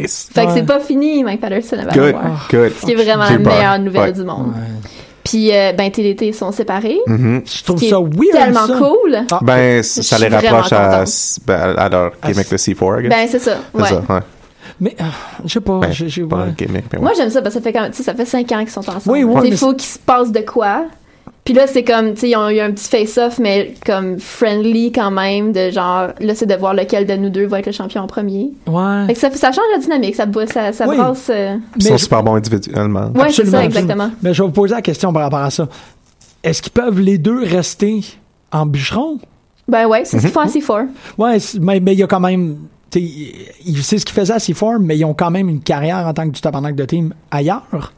Speaker 7: Nice!
Speaker 6: Fait que
Speaker 5: Ouais. Ah.
Speaker 6: c'est pas fini, Mike Patterson à
Speaker 7: Good,
Speaker 6: War.
Speaker 7: good.
Speaker 6: Ce qui est vraiment
Speaker 7: J'ai
Speaker 6: la
Speaker 7: peur.
Speaker 6: meilleure nouvelle
Speaker 7: Ouais.
Speaker 6: du monde.
Speaker 5: Ouais.
Speaker 6: Puis, euh, ben, TDT sont séparés.
Speaker 7: Mhm.
Speaker 5: Je trouve
Speaker 6: ce qui
Speaker 5: ça
Speaker 6: est
Speaker 5: weird.
Speaker 6: tellement
Speaker 5: ça.
Speaker 6: cool.
Speaker 5: Ah,
Speaker 7: Ben, ça
Speaker 6: suis
Speaker 7: les rapproche
Speaker 6: vraiment
Speaker 7: à,
Speaker 6: contente.
Speaker 7: ben, à leur gimmick de C4, I guess.
Speaker 6: Ben, c'est ça.
Speaker 7: C'est
Speaker 6: Ouais.
Speaker 7: ça, ouais.
Speaker 5: Mais, euh, je sais pas.
Speaker 7: Ben,
Speaker 5: j'ai- j'ai-
Speaker 7: pas
Speaker 5: ouais.
Speaker 7: le Québec, mais
Speaker 6: Moi, j'aime ça parce que ça fait quand même, tu sais, ça fait 5 ans qu'ils sont ensemble.
Speaker 5: Oui, oui,
Speaker 6: Tu sais,
Speaker 5: mais
Speaker 6: Il faut qu'il se passe de quoi. Puis là, c'est comme, tu sais, ils ont eu un petit face-off, mais comme friendly quand même, de genre, là, c'est de voir lequel de nous deux va être le champion en premier.
Speaker 5: Ouais.
Speaker 6: Fait que ça, fait- ça change la dynamique, ça, boit- ça, ça
Speaker 5: Oui.
Speaker 6: brasse. euh,
Speaker 7: Ils sont super bons individuellement.
Speaker 6: Ouais, c'est
Speaker 5: Absolument.
Speaker 6: ça, exactement.
Speaker 5: Mais je vais vous poser la question par rapport à ça. Est-ce qu'ils peuvent les deux rester en bûcheron?
Speaker 6: Ben ouais, c'est ce qu'ils
Speaker 5: Mm-hmm.
Speaker 6: font à C4.
Speaker 5: Ouais, c'est- mais mais il y a quand même. t'sais, il- il- C'est ce qu'ils faisaient à C4, mais ils ont quand même une carrière en tant que du tabarnak de team ailleurs.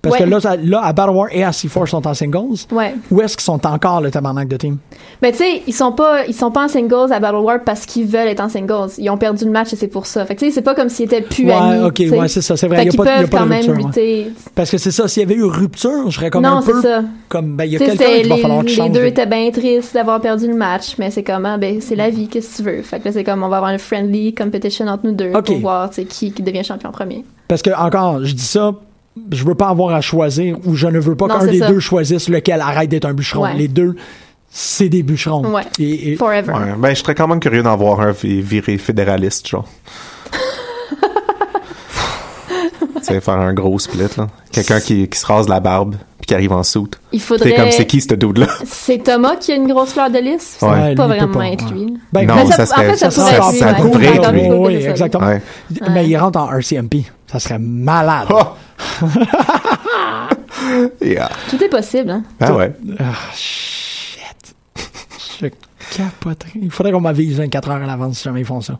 Speaker 5: Parce
Speaker 6: Ouais.
Speaker 5: que là, ça- là, à Battle War et à C4, ils sont en singles.
Speaker 6: Ouais.
Speaker 5: Où est-ce qu'ils sont encore le tabarnak de team?
Speaker 6: Mais tu sais, ils sont pas ils sont pas en singles à Battle War parce qu'ils veulent être en singles. Ils ont perdu le match et c'est pour ça. Fait que tu sais, c'est pas comme s'ils étaient plus
Speaker 5: Ouais,
Speaker 6: amis.
Speaker 5: ok,
Speaker 6: tu sais.
Speaker 5: ouais, c'est ça, c'est vrai,
Speaker 6: Fait
Speaker 5: y a
Speaker 6: qu'ils
Speaker 5: pas de- y a
Speaker 6: peuvent
Speaker 5: pas de
Speaker 6: quand même
Speaker 5: rupture,
Speaker 6: lutter.
Speaker 5: Parce que c'est ça, s'il y avait eu rupture, je serais comme
Speaker 6: non,
Speaker 5: un peu.
Speaker 6: c'est ça.
Speaker 5: Comme, ben, il y a
Speaker 6: Tu sais,
Speaker 5: quelqu'un
Speaker 6: c'était
Speaker 5: qui va
Speaker 6: les,
Speaker 5: falloir que
Speaker 6: les
Speaker 5: change.
Speaker 6: deux étaient bien tristes d'avoir perdu le match, mais c'est comment ben c'est
Speaker 5: Mm.
Speaker 6: la vie, qu'est-ce que tu veux. Fait que là, c'est comme on va avoir une friendly competition entre nous deux
Speaker 5: Ok.
Speaker 6: pour voir tu sais, qui, qui devient champion en premier.
Speaker 5: Parce que, encore, je dis ça, je veux pas avoir à choisir ou je ne veux pas
Speaker 6: Non,
Speaker 5: qu'un
Speaker 6: c'est
Speaker 5: des
Speaker 6: ça.
Speaker 5: deux choisisse lequel arrête d'être un bûcheron.
Speaker 6: Ouais.
Speaker 5: Les deux, c'est des bûcherons.
Speaker 6: Ouais.
Speaker 5: Et- et-
Speaker 6: Forever.
Speaker 7: Ouais, ben, je serais quand même curieux d'en voir un vi- viré fédéraliste, genre. tu sais, faire un gros split, là. Quelqu'un qui, qui se rase la barbe, puis qui arrive en soute.
Speaker 6: Il faudrait-
Speaker 7: T'es comme, c'est qui, ce dude-là?
Speaker 6: C'est Thomas qui a une grosse fleur de lys. C'est
Speaker 7: Ouais.
Speaker 6: pas
Speaker 7: Lui, il peut
Speaker 6: vraiment
Speaker 7: pas,
Speaker 6: être lui.
Speaker 5: Ben,
Speaker 7: Non, ça
Speaker 6: Mais en fait,
Speaker 7: serait-
Speaker 6: ça
Speaker 7: ça
Speaker 6: pourrait
Speaker 7: serait-
Speaker 6: être lui,
Speaker 7: ça
Speaker 6: ouais.
Speaker 7: pourrait être
Speaker 6: Encore
Speaker 7: lui.
Speaker 6: plus beau que
Speaker 5: Oui,
Speaker 6: le soleil.
Speaker 5: exactement.
Speaker 7: Ouais.
Speaker 5: Mais il rentre en RCMP. Ça serait malade.
Speaker 7: Oh. Yeah.
Speaker 6: Tout est possible. Hein.
Speaker 7: Ah ouais.
Speaker 5: Ah, shit. Je capoterais. Il faudrait qu'on m'avise 24 heures à l'avance si jamais ils font ça.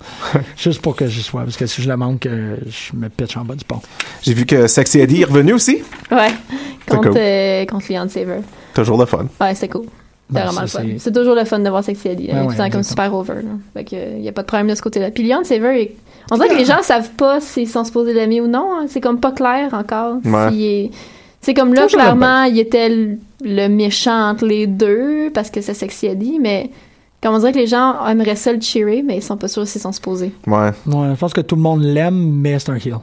Speaker 5: Juste pour que je sois. Parce que si je le manque, euh, je me pitch en bas du pont.
Speaker 7: J'ai vu que Sexy Eddie est revenu aussi.
Speaker 6: Ouais.
Speaker 7: C'est
Speaker 6: Contre,
Speaker 7: cool.
Speaker 6: euh, contre Leon Saver.
Speaker 7: Toujours le fun.
Speaker 6: Ouais, c'est cool. C'est
Speaker 7: Ben,
Speaker 6: vraiment
Speaker 7: ça,
Speaker 6: le fun.
Speaker 7: c'est-
Speaker 6: C'est toujours le fun de voir Sexy Eddie. Elle est
Speaker 7: Ben
Speaker 6: tout
Speaker 7: ouais,
Speaker 6: le temps comme
Speaker 7: exactement.
Speaker 6: super over. là. Fait que, il n'y a pas de problème de ce côté-là. Puis Leon Saver, il- on dirait que
Speaker 7: Ah.
Speaker 6: les gens savent pas s'ils sont supposés l'aimer ou non. hein. C'est comme pas clair encore.
Speaker 7: Ouais.
Speaker 6: s'il est- C'est comme là,
Speaker 7: Toujours
Speaker 6: clairement, il était l- le méchant entre les deux parce que c'est Sexy Eddie, mais comme on dirait que les gens aimeraient ça le cheerer, mais ils sont pas sûrs s'ils sont supposés.
Speaker 7: Ouais.
Speaker 5: Ouais, je pense que tout le monde l'aime, mais c'est un kill.
Speaker 7: Ouais,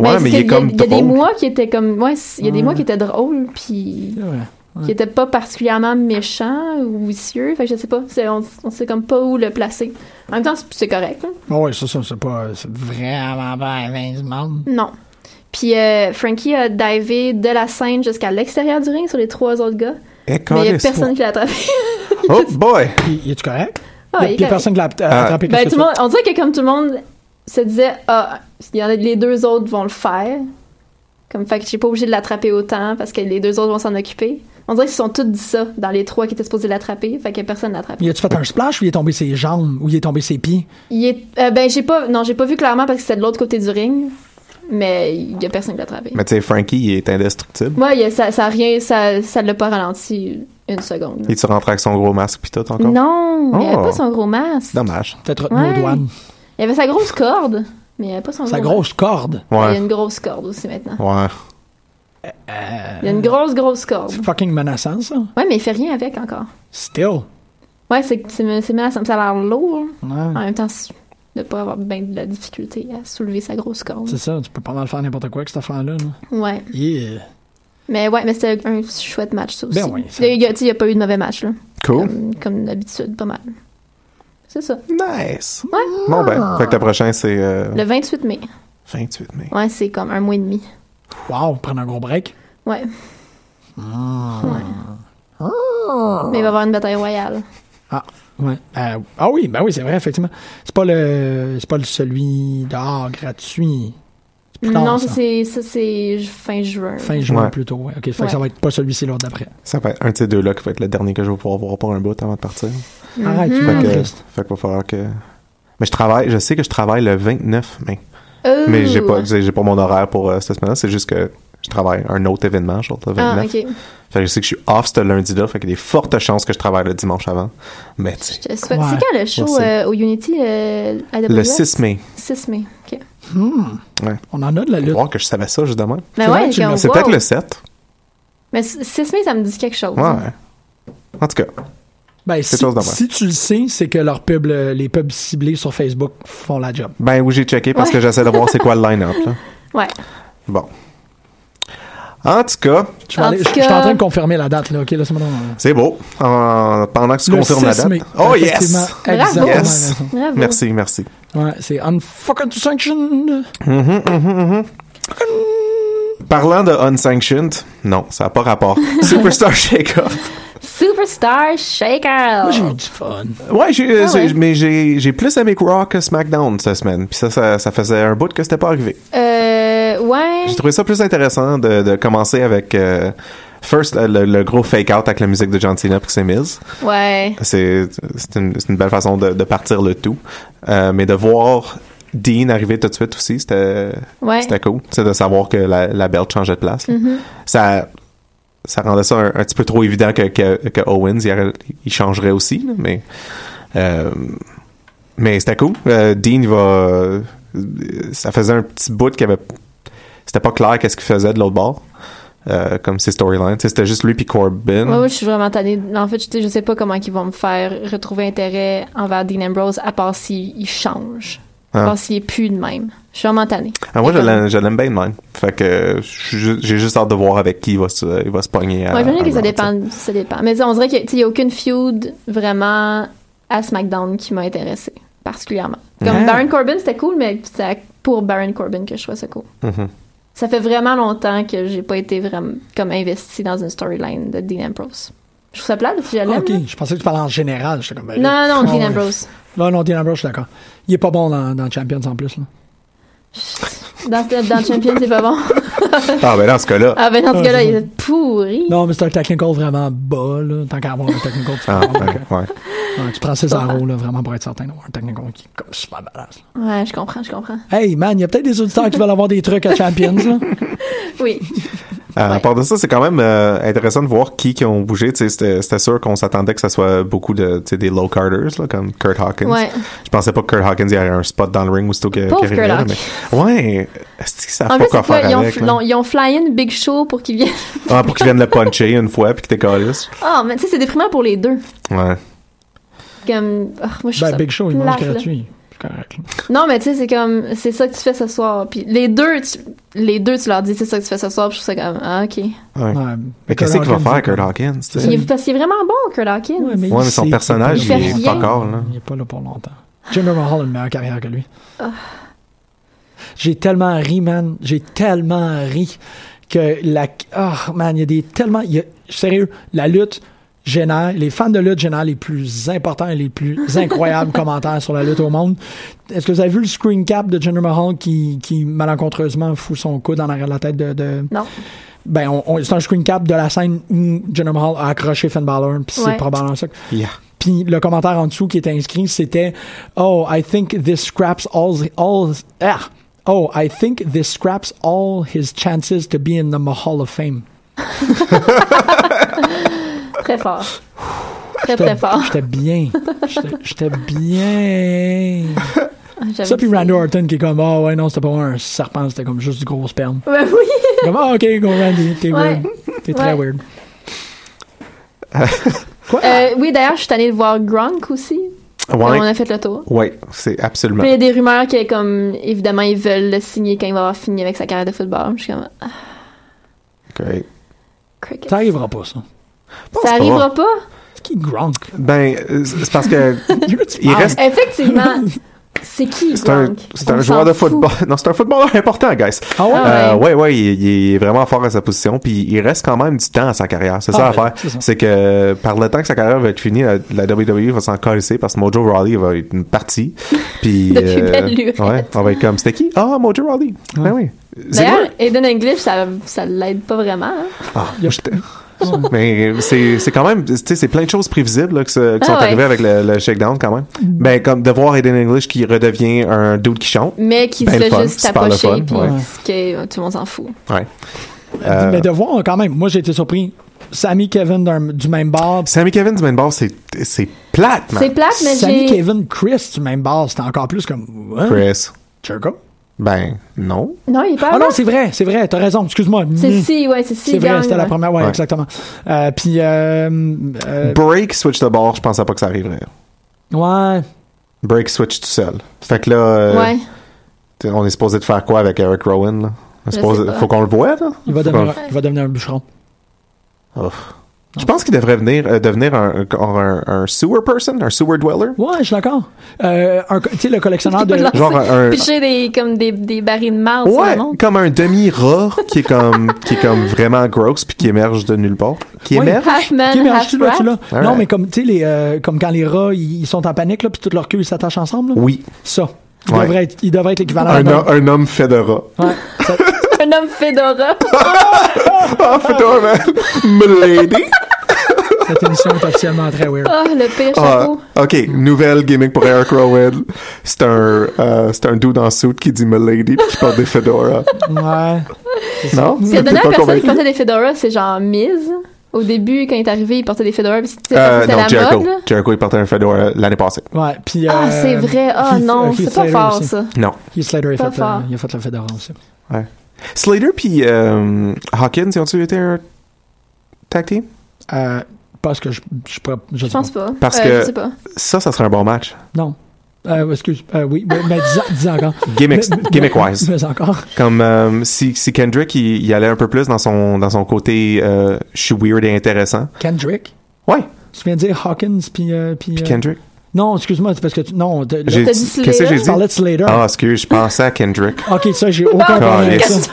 Speaker 6: Ben, c'est
Speaker 7: mais il
Speaker 6: que
Speaker 7: est comme
Speaker 6: Il y a des
Speaker 7: drôle.
Speaker 6: mois qui étaient comme. Ouais, c- il y a des
Speaker 5: Ouais.
Speaker 6: mois qui étaient drôles, puis.
Speaker 5: Ouais.
Speaker 6: Qui étaient pas particulièrement méchants ou vicieux. Fait que je sais pas. c'est- on, on sait comme pas où le placer. En même temps, c'est- c'est correct, hein. là.
Speaker 5: Ah ouais, ça, ça, c'est pas. C'est vraiment pas un vin du monde.
Speaker 6: Non. Puis euh, Frankie a divé de la scène jusqu'à l'extérieur du ring sur les trois autres gars.
Speaker 7: Eh,
Speaker 6: mais il y a
Speaker 7: calisse.
Speaker 6: personne qui l'a attrapé.
Speaker 7: Oh boy!
Speaker 5: Il est correct?
Speaker 6: Ah,
Speaker 5: Il y a-
Speaker 6: il est
Speaker 5: il y a
Speaker 6: correct.
Speaker 5: personne qui l'a app-
Speaker 7: Ah.
Speaker 5: attrapé.
Speaker 6: Ben,
Speaker 5: qu'est-ce
Speaker 6: tout
Speaker 5: que
Speaker 6: le
Speaker 5: ça?
Speaker 6: monde, on dirait que comme tout le monde se disait, ah, il y en a, les deux autres vont le faire. Comme fait que j'ai pas obligé de l'attraper autant parce que les deux autres vont s'en occuper. On dirait qu'ils se sont tous dit ça dans les trois qui étaient supposés l'attraper. Fait que personne l'attrape.
Speaker 5: Il a-tu fait un splash ou il est tombé ses jambes ou il est tombé ses pieds?
Speaker 6: Il est, euh, ben j'ai pas, non j'ai pas vu clairement parce que c'était de l'autre côté du ring, mais il y a personne qui l'a attrapé.
Speaker 7: Mais tu sais, Frankie, il est indestructible.
Speaker 6: Ouais, il y a- ça, ça a rien, ça, ça l'a pas ralenti une seconde.
Speaker 7: Il est rentré avec son gros masque pis tout encore.
Speaker 6: Non, il avait
Speaker 7: Oh.
Speaker 6: pas son gros masque.
Speaker 7: Dommage.
Speaker 5: Peut-être
Speaker 6: retenu aux Ouais. douanes. Il avait sa grosse corde, mais il avait pas son
Speaker 5: Sa
Speaker 6: gros
Speaker 5: grosse corde.
Speaker 6: masque. Il y a une grosse corde aussi maintenant.
Speaker 7: Ouais.
Speaker 6: Il y
Speaker 5: Euh.
Speaker 6: a une grosse grosse corde.
Speaker 5: C'est fucking menaçant, ça.
Speaker 6: Ouais, mais il fait rien avec encore.
Speaker 5: Still.
Speaker 6: Ouais, c'est c'est c'est menaçant, ça a l'air lourd. hein.
Speaker 5: Ouais.
Speaker 6: En même temps, c'est- de pas avoir bien de la difficulté à soulever sa grosse corde.
Speaker 5: C'est ça, tu peux pas mal faire n'importe quoi avec cette affaire-là. là. euh,
Speaker 6: Ouais.
Speaker 5: Yeah.
Speaker 6: Mais ouais, mais c'était un chouette match ça aussi.
Speaker 5: Ben ouais, ça-
Speaker 6: il y a, tu sais, il y a pas eu de mauvais match là.
Speaker 7: Cool.
Speaker 6: Comme, comme d'habitude, pas mal. C'est ça.
Speaker 7: Nice.
Speaker 6: Ouais.
Speaker 7: Bon ben, fait que le prochain c'est euh,
Speaker 6: Ah. Le 28 mai.
Speaker 7: 28 mai.
Speaker 6: Ouais, c'est comme un mois et demi.
Speaker 5: Wow, prendre un gros break.
Speaker 6: Ouais. Ouais.
Speaker 5: Ah.
Speaker 6: Mais il va y avoir une bataille royale.
Speaker 5: Ah, ouais. Euh, ah oui, ben oui, c'est vrai, effectivement. C'est pas le. C'est pas le celui d'art gratuit.
Speaker 7: Ah,
Speaker 5: C'est plus tard,
Speaker 6: non, ça
Speaker 5: ça.
Speaker 6: c'est ça, c'est ju- fin juin.
Speaker 5: Fin juin
Speaker 7: Ouais.
Speaker 5: plutôt, ouais. Ok, fait que
Speaker 6: Ouais.
Speaker 5: ça va être pas celui-ci l'autre d'après.
Speaker 7: Ça va être un de ces deux-là qui va être le dernier que je vais pouvoir voir pour un bout avant de partir.
Speaker 5: Arrête, tu
Speaker 7: Fait
Speaker 5: vas
Speaker 7: que,
Speaker 5: triste.
Speaker 7: fait qu'il va falloir que. Mais je travaille, je sais que je travaille le 29 mai.
Speaker 6: Oh!
Speaker 7: Mais j'ai pas, j'ai j'ai pas mon horaire pour euh, cette semaine-là, c'est juste que je travaille un autre événement, genre le 29.
Speaker 6: Ah, ok.
Speaker 7: Fait que je sais que je suis off ce lundi-là, fait qu'il y a des fortes chances que je travaille le dimanche avant. Mais tu sais,
Speaker 6: Je te souhaite- C'est quand le show
Speaker 7: On sait.
Speaker 6: euh, au Unity euh, à
Speaker 7: le 6 mai.
Speaker 6: 6 mai. OK.
Speaker 5: Hmm.
Speaker 7: Ouais.
Speaker 5: On en a de la lutte.
Speaker 7: voir que je savais ça, justement.
Speaker 6: Ben C'est ouais, vrai que tu comme, l'as-
Speaker 7: c'est
Speaker 6: wow.
Speaker 7: peut-être le 7.
Speaker 6: Mais 6 mai, ça me dit quelque chose.
Speaker 7: Ouais. En tout cas.
Speaker 5: Ben,
Speaker 7: Quelque
Speaker 5: si,
Speaker 7: chose d'affaire.
Speaker 5: si tu le sais, c'est que leurs pubs, euh, les pubs ciblés sur Facebook font la job.
Speaker 7: Ben oui, j'ai checké parce
Speaker 5: Ouais.
Speaker 7: que j'essaie de voir c'est quoi le line-up. là.
Speaker 6: Ouais.
Speaker 7: Bon. En tout cas,
Speaker 5: Je vais aller- je- je suis en train de confirmer la date, là. Ok, laisse-moi donc, euh,
Speaker 7: c'est beau. En- pendant que tu
Speaker 5: Le
Speaker 7: confirmes la
Speaker 5: 6
Speaker 7: date.
Speaker 5: mai.
Speaker 7: Oh
Speaker 5: Effectivement,
Speaker 7: yes!
Speaker 5: Bravo. exactement
Speaker 7: Yes.
Speaker 5: raison. Bravo.
Speaker 7: Merci, merci.
Speaker 5: Ouais, c'est unfucking sanctioned.
Speaker 7: Mhm, mhm, mhm. Parlant de Unsanctioned, non, ça n'a pas rapport. Superstar Shake-Up.
Speaker 6: Superstar Shaker.
Speaker 5: J'ai eu du fun.
Speaker 7: Ouais, j'ai- euh,
Speaker 6: Ah
Speaker 7: j'ai-
Speaker 6: ouais.
Speaker 7: mais j'ai j'ai plus aimé Raw que SmackDown cette semaine. Puis ça, ça, ça faisait un bout que c'était pas arrivé.
Speaker 6: Euh, ouais.
Speaker 7: J'ai trouvé ça plus intéressant de, de commencer avec euh, first euh, le, le gros fake out avec la musique de John Cena puis que c'est Miz.
Speaker 6: Ouais.
Speaker 7: C'est c'est une, c'est une belle façon de, de partir le tout. Euh, mais de voir Dean arriver tout de suite aussi, c'était
Speaker 6: Ouais.
Speaker 7: c'était cool. C'est de savoir que la, la belt changeait de place. là.
Speaker 6: Mhm.
Speaker 7: ça, ça rendait ça un, un petit peu trop évident que, que, que Owens, il, aurait- il changerait aussi, là, mais, euh, mais c'était cool. Euh, Dean, il va, euh, ça faisait un petit bout qui avait, c'était pas clair qu'est-ce qu'il faisait de l'autre bord, euh, comme ses storylines. Tu sais, C'était juste lui puis Corbin.
Speaker 6: Ouais, ouais, je suis vraiment tannée. En fait, je, tu sais, je sais pas comment ils vont me faire retrouver intérêt envers Dean Ambrose, à part s'il il change. À
Speaker 7: Ah.
Speaker 6: part s'il est plus de même. Je suis vraiment tannée.
Speaker 7: Ah, moi, je l'aime- je l'aime bien de même. Fait que je suis ju- j'ai juste hâte de voir avec qui il va se, il va se pogner. à-
Speaker 6: Moi, j'imagine
Speaker 7: à
Speaker 6: que ça
Speaker 7: Raw,
Speaker 6: dépend, ça dépend. Mais tu sais, on dirait qu'il n'y a aucune feud vraiment à SmackDown qui m'a intéressée, particulièrement. Comme
Speaker 7: Ouais.
Speaker 6: Baron Corbin, c'était cool, mais c'est à- pour Baron Corbin que je trouvais ça cool.
Speaker 7: tu sais. Mhm.
Speaker 6: Ça fait vraiment longtemps que j'ai pas été vraiment comme investie dans une storyline de Dean Ambrose. Je trouve ça plate parce que je
Speaker 5: Ah,
Speaker 6: l'aime.
Speaker 5: ok,
Speaker 6: là.
Speaker 5: je pensais que tu parlais en général. J'étais comme, ben,
Speaker 6: Non,
Speaker 5: ah,
Speaker 6: non, Dean
Speaker 5: ouais.
Speaker 6: Ambrose.
Speaker 5: Non, non, Dean Ambrose, je suis d'accord. Il est pas bon dans, dans Champions en plus. Là.
Speaker 6: Dans, dans Champion, c'est pas bon.
Speaker 7: Ah, ben dans ce cas-là.
Speaker 6: Ah ben dans ce
Speaker 5: Ah,
Speaker 6: cas-là,
Speaker 5: c'est
Speaker 6: il est pourri.
Speaker 5: Non, mais c'est un technical vraiment bas. Là, tant qu'à avoir un technical, tu,
Speaker 7: Ah,
Speaker 5: prends,
Speaker 7: ben, ouais.
Speaker 5: ouais, tu prends ses arrows là, vraiment pour être certain d'avoir un technical qui est comme super badass. là.
Speaker 6: Ouais, je comprends, je comprends.
Speaker 5: Hey man, il y a peut-être des auditeurs qui veulent avoir des trucs à Champions. Là.
Speaker 6: Oui.
Speaker 7: Euh, À part de ça, c'est quand même euh, intéressant de voir qui qui ont bougé. Tu sais, C'était c'était sûr qu'on s'attendait que ça soit beaucoup de tu sais, des low carders là, comme Kurt Hawkins.
Speaker 6: Ouais.
Speaker 7: Je pensais pas que Kurt Hawkins il y aurait un spot dans le ring aussitôt que- qu'il
Speaker 6: Pauvre
Speaker 7: arrivait.
Speaker 6: Kurt
Speaker 7: là,
Speaker 6: Hawkins.
Speaker 7: mais... Ouais, est-ce qu'ils savent
Speaker 6: En
Speaker 5: Ah,
Speaker 7: pas
Speaker 6: plus,
Speaker 7: quoi
Speaker 6: c'est quoi?
Speaker 7: faire
Speaker 6: Ils ont,
Speaker 7: avec?
Speaker 6: fl-
Speaker 7: là?
Speaker 6: non, ils ont fly in Big Show pour qu'il vienne.
Speaker 7: Ah, pour qu'ils viennent le puncher une fois puis qu'il décalisse.
Speaker 6: Oh, mais tu sais, c'est déprimant pour les deux.
Speaker 7: Ouais.
Speaker 6: Comme, ah, moi, je trouve
Speaker 5: Ben,
Speaker 6: ça
Speaker 5: Big Show, il
Speaker 6: plate,
Speaker 5: mange
Speaker 6: là.
Speaker 5: gratuit. C'est correct. là.
Speaker 6: Non, mais tu sais, c'est comme, c'est ça que tu fais ce soir. Puis les deux, tu, les deux, tu leur dis, c'est ça que tu fais ce soir. Puis je trouve ça comme, ah, ok.
Speaker 7: ouais. Mais
Speaker 5: Kurt
Speaker 7: qu'est-ce qu'il va
Speaker 5: Hawkins,
Speaker 7: faire, Kurt Hawkins? tu sais?
Speaker 6: Il est- parce qu'il est vraiment bon, Kurt Hawkins.
Speaker 5: Ouais, mais,
Speaker 7: Ouais,
Speaker 5: il
Speaker 7: mais son
Speaker 5: sait-
Speaker 7: personnage,
Speaker 6: il fait
Speaker 7: il est
Speaker 6: rien.
Speaker 7: pas encore, là.
Speaker 5: Il est pas là pour longtemps. Jinder Mahal a une meilleure carrière que lui. J'ai tellement ri, man. J'ai tellement ri que la. Oh, man, il y a des tellement. il y a- sérieux, la lutte génère. Les fans de lutte génèrent les plus importants et les plus incroyables commentaires sur la lutte au monde. Est-ce que vous avez vu le screen cap de Jinder Mahal qui, qui malencontreusement fout son coude en arrière de la tête de. de-
Speaker 6: Non.
Speaker 5: Ben, on, on- c'est un screen cap de la scène où Jinder Mahal a accroché Finn Balor, puis
Speaker 6: Ouais.
Speaker 5: c'est probablement ça. que-
Speaker 7: Yeah.
Speaker 5: puis le commentaire en dessous qui était inscrit, c'était Oh, I think this scraps all, all ah. Oh, I think this scraps all his chances to be in the Hall of Fame.
Speaker 6: Très fort. Très, très fort.
Speaker 5: J'étais bien. J'étais- J'étais bien.
Speaker 6: Ah, J'avais
Speaker 5: Ça, puis
Speaker 6: dit-
Speaker 5: Randy Orton qui est comme Oh, ouais, non, c'était pas un serpent, c'était comme juste du gros sperme.
Speaker 6: Ben oui.
Speaker 5: Comme Ah, ok, go Randy, t'es
Speaker 6: Ouais.
Speaker 5: weird. T'es très
Speaker 6: Ouais.
Speaker 5: weird.
Speaker 6: Euh, oui, d'ailleurs, je suis tannée de voir Gronk aussi. Comme On
Speaker 7: Ouais,
Speaker 6: a fait le tour.
Speaker 7: ouais c'est absolument.
Speaker 6: Puis il y a des rumeurs que, comme, évidemment, ils veulent le signer quand il va avoir fini avec sa carrière de football. Je suis comme, ah,
Speaker 7: Great.
Speaker 6: cricket.
Speaker 5: Ça arrivera pas, ça.
Speaker 7: Pense
Speaker 6: Ça
Speaker 7: pas.
Speaker 6: arrivera pas?
Speaker 5: C'est qui Gronk?
Speaker 7: Ben, euh, c'est parce que il reste
Speaker 6: Ah, Effectivement. C'est qui,
Speaker 7: C'est un,
Speaker 6: Gronk?
Speaker 7: c'est un
Speaker 6: On
Speaker 7: joueur de
Speaker 6: s'en fout.
Speaker 7: football. Non, c'est un footballeur important, guys.
Speaker 5: Ah ouais?
Speaker 7: Euh, ouais, ouais, il, il est vraiment fort à sa position, puis il reste quand même du temps à sa carrière. C'est
Speaker 5: Ah
Speaker 7: ça
Speaker 5: ouais,
Speaker 7: l'affaire.
Speaker 5: c'est ça.
Speaker 7: C'est que euh, par le temps que sa carrière va être finie, la, la WWE va s'en colisser parce que Mojo Rawley va être une partie. Puis, euh,
Speaker 6: Depuis belle lurette.
Speaker 7: ouais, on va être comme, c'était qui? Ah, Mojo Rawley. Ben oui. C'est moi.
Speaker 6: D'ailleurs, Aiden English, ça, ça l'aide pas vraiment. hein.
Speaker 7: Ah, j'étais- Mais c'est c'est quand même, tu sais, c'est plein de choses prévisibles là, que ce- qui
Speaker 6: Ah
Speaker 7: sont
Speaker 6: ouais.
Speaker 7: arrivées avec le, le shakedown quand même.
Speaker 5: Mm.
Speaker 7: Ben, comme de voir Aiden English qui redevient un dude qui chante.
Speaker 6: Mais qui
Speaker 7: Ben,
Speaker 6: se
Speaker 7: le fun,
Speaker 6: fait juste
Speaker 7: super le fun,
Speaker 6: tapocher, puis
Speaker 7: ouais.
Speaker 6: que euh, tout le monde s'en fout.
Speaker 7: Ouais. Euh,
Speaker 5: Mais Ben, de voir quand même, moi j'ai été surpris. Sammy Kevin d'un- du même bar,
Speaker 7: Sammy Kevin du main bar, c'est c'est plate, man.
Speaker 6: C'est plate, mais
Speaker 5: Sammy
Speaker 6: j'ai.
Speaker 5: Kevin Chris du même bar, c'était encore plus comme. hein?
Speaker 7: Chris.
Speaker 5: Jericho?
Speaker 7: Ben, non.
Speaker 6: Non, il est pas.
Speaker 5: Ah non,
Speaker 6: là.
Speaker 5: c'est vrai, c'est vrai, t'as raison, excuse-moi.
Speaker 6: C'est
Speaker 5: Mm.
Speaker 6: si, ouais, c'est si.
Speaker 5: C'est vrai,
Speaker 6: gang,
Speaker 5: c'était la
Speaker 6: ouais.
Speaker 5: première, ouais,
Speaker 7: Ouais.
Speaker 5: exactement. Euh, puis, euh, euh,
Speaker 7: Break, switch de bord, je pensais pas que ça arriverait.
Speaker 5: ouais,
Speaker 7: Break, switch tout seul. Fait que là, euh,
Speaker 6: Ouais.
Speaker 7: t'sais, on est supposé de faire quoi avec Eric Rowan, là? On est
Speaker 6: Je
Speaker 7: supposé-
Speaker 6: sais pas.
Speaker 7: Faut qu'on le voie, là?
Speaker 5: il va,
Speaker 7: Faut
Speaker 5: devenir, il va devenir un bûcheron.
Speaker 7: qu'on- Oh. Je pense qu'il devrait venir, euh, devenir un, un- un sewer person, un sewer dweller.
Speaker 5: Ouais, je suis d'accord. Euh, un co- tu sais, le collectionneur de.
Speaker 7: Genre un-
Speaker 6: Picher des, comme des, des barils de marde sur
Speaker 7: Ouais,
Speaker 6: le monde.
Speaker 7: comme un demi-rat qui est comme qui est comme vraiment gross puis qui émerge de nulle part, qui
Speaker 5: Ouais.
Speaker 7: émerge.
Speaker 6: Half man,
Speaker 5: Qui émerge,
Speaker 6: half
Speaker 5: tu l'as, tu l'as.
Speaker 6: rat.
Speaker 7: All
Speaker 5: Non,
Speaker 7: right.
Speaker 5: mais comme, tu sais, les, euh, comme quand les rats, ils ils sont en panique, là, puis tout leur queue, ils s'attachent ensemble. là.
Speaker 7: Oui.
Speaker 5: Ça. Il,
Speaker 7: Ouais.
Speaker 5: devrait être, il devrait être l'équivalent
Speaker 7: Un,
Speaker 5: d'un-
Speaker 7: ho- un homme fait de rat.
Speaker 6: Un homme fedora.
Speaker 7: Ah, putain, man. Milady.
Speaker 5: Cette émission est officiellement très weird.
Speaker 6: Ah, le pire
Speaker 7: Ah,
Speaker 6: chapeau.
Speaker 7: ok, nouvelle gimmick pour Eric Rowell. C'est un, euh, c'est un dude en suit qui dit Milady puis qui porte des fedoras.
Speaker 5: Ouais.
Speaker 7: Non?
Speaker 6: Parce que la
Speaker 7: T'es
Speaker 6: dernière
Speaker 7: pas
Speaker 6: personne
Speaker 7: convaincu?
Speaker 6: qui portait des fedoras, c'est genre Miz. Au début, quand il est arrivé, il portait des fedoras. puis
Speaker 7: Euh,
Speaker 6: C'était parce que
Speaker 7: non,
Speaker 6: c'était la
Speaker 7: Jericho.
Speaker 6: mode. là.
Speaker 7: Jericho, il portait un fedora l'année passée.
Speaker 5: Ouais, puis.
Speaker 6: Ah,
Speaker 5: euh,
Speaker 6: c'est vrai. Ah
Speaker 5: Heath-
Speaker 6: non,
Speaker 5: euh, Heath
Speaker 6: c'est pas
Speaker 5: Slater
Speaker 6: fort
Speaker 5: aussi.
Speaker 6: ça.
Speaker 7: Non.
Speaker 5: Heath Slater, il a
Speaker 6: Pas
Speaker 5: fait, le-
Speaker 6: fort.
Speaker 5: il a fait le Fedora aussi.
Speaker 7: Ouais. Slater puis euh, Hawkins, ils ont-tu été un tag team?
Speaker 5: Euh, parce que je, je, pourrais- je
Speaker 6: Je
Speaker 5: sais
Speaker 6: pense
Speaker 5: pas.
Speaker 6: pas.
Speaker 7: Parce
Speaker 6: Euh,
Speaker 7: que-
Speaker 6: Je sais pas.
Speaker 7: Ça, ça serait un bon match.
Speaker 5: Non. Euh, excuse. Euh, oui, mais, mais dis, dis encore.
Speaker 7: Gimmicks-
Speaker 5: Mais- mais-
Speaker 7: gimmick-wise.
Speaker 5: Mais encore.
Speaker 7: Comme euh, si, si Kendrick il, il allait un peu plus dans son dans son côté euh, je suis weird et intéressant.
Speaker 5: Kendrick.
Speaker 7: Ouais.
Speaker 5: Tu viens de dire Hawkins, puis. euh, puis euh,
Speaker 7: Kendrick.
Speaker 5: Non, excuse-moi, c'est parce que tu. Non, t'as-
Speaker 7: J'ai-
Speaker 5: là,
Speaker 6: dit
Speaker 7: Qu'est-ce que
Speaker 6: Slater?
Speaker 7: j'ai
Speaker 5: tu
Speaker 7: dit?
Speaker 5: parlais de Slater.
Speaker 7: Ah, excuse, je pensais à Kendrick.
Speaker 5: Ok, ça, j'ai aucun problème avec
Speaker 7: Calisse.
Speaker 5: ça.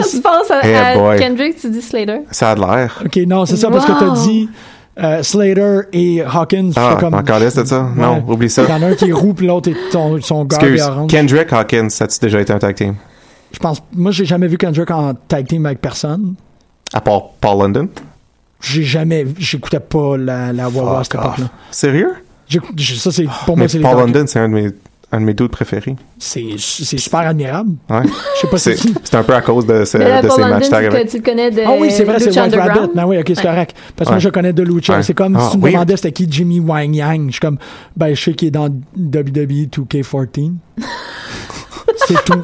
Speaker 6: Quand tu penses à,
Speaker 7: Eh
Speaker 6: à
Speaker 7: boy. Euh,
Speaker 6: Kendrick, tu dis Slater.
Speaker 7: Ça a de l'air.
Speaker 5: Ok, non, c'est ça, parce que t'as
Speaker 6: Wow.
Speaker 5: dit euh, Slater et Hawkins. je
Speaker 7: Ah,
Speaker 5: fais comme,
Speaker 7: encore là, c'est ça? Non, oublie ça.
Speaker 5: Il y en a un qui est roux, puis l'autre est ton, son gars
Speaker 7: Excuse.
Speaker 5: orange.
Speaker 7: Kendrick Hawkins, ça a-tu déjà été un tag team?
Speaker 5: Je pense, moi, j'ai jamais vu Kendrick en tag team avec personne.
Speaker 7: À part Paul London?
Speaker 5: J'ai jamais, j'écoutais pas la, la Wawa à cette
Speaker 7: Fuck off.
Speaker 5: époque-là.
Speaker 7: Sérieux?
Speaker 5: J'écoute- j'ai- Ça, c'est, pour moi,
Speaker 7: Mais
Speaker 5: c'est les
Speaker 7: Paul
Speaker 5: tag-
Speaker 7: London, c'est un de mes un de mes doutes préférés.
Speaker 5: C'est, c'est super admirable.
Speaker 7: Ouais.
Speaker 5: Je sais pas
Speaker 7: C'est
Speaker 5: si c'est qui.
Speaker 7: c'est un peu à cause de, ce-
Speaker 6: Mais là,
Speaker 7: de
Speaker 6: Paul
Speaker 7: ces
Speaker 6: London,
Speaker 7: matchs
Speaker 6: tu,
Speaker 7: tag
Speaker 6: le-
Speaker 7: avec.
Speaker 6: tu le connais de.
Speaker 5: Ah oui, c'est vrai, c'est
Speaker 6: Euh, Lucha
Speaker 5: White Rabbit.
Speaker 6: Underground.
Speaker 5: Ben oui, ok, c'est
Speaker 6: Ouais.
Speaker 5: correct. Parce que moi,
Speaker 7: Ouais.
Speaker 5: je connais de Lucha.
Speaker 7: Ouais.
Speaker 5: C'est comme
Speaker 7: Ah,
Speaker 5: si tu me
Speaker 7: weird.
Speaker 5: demandais c'était qui Jimmy Wang Yang. Je suis comme, ben, je sais qu'il est dans E WWE 2K14. c'est tout.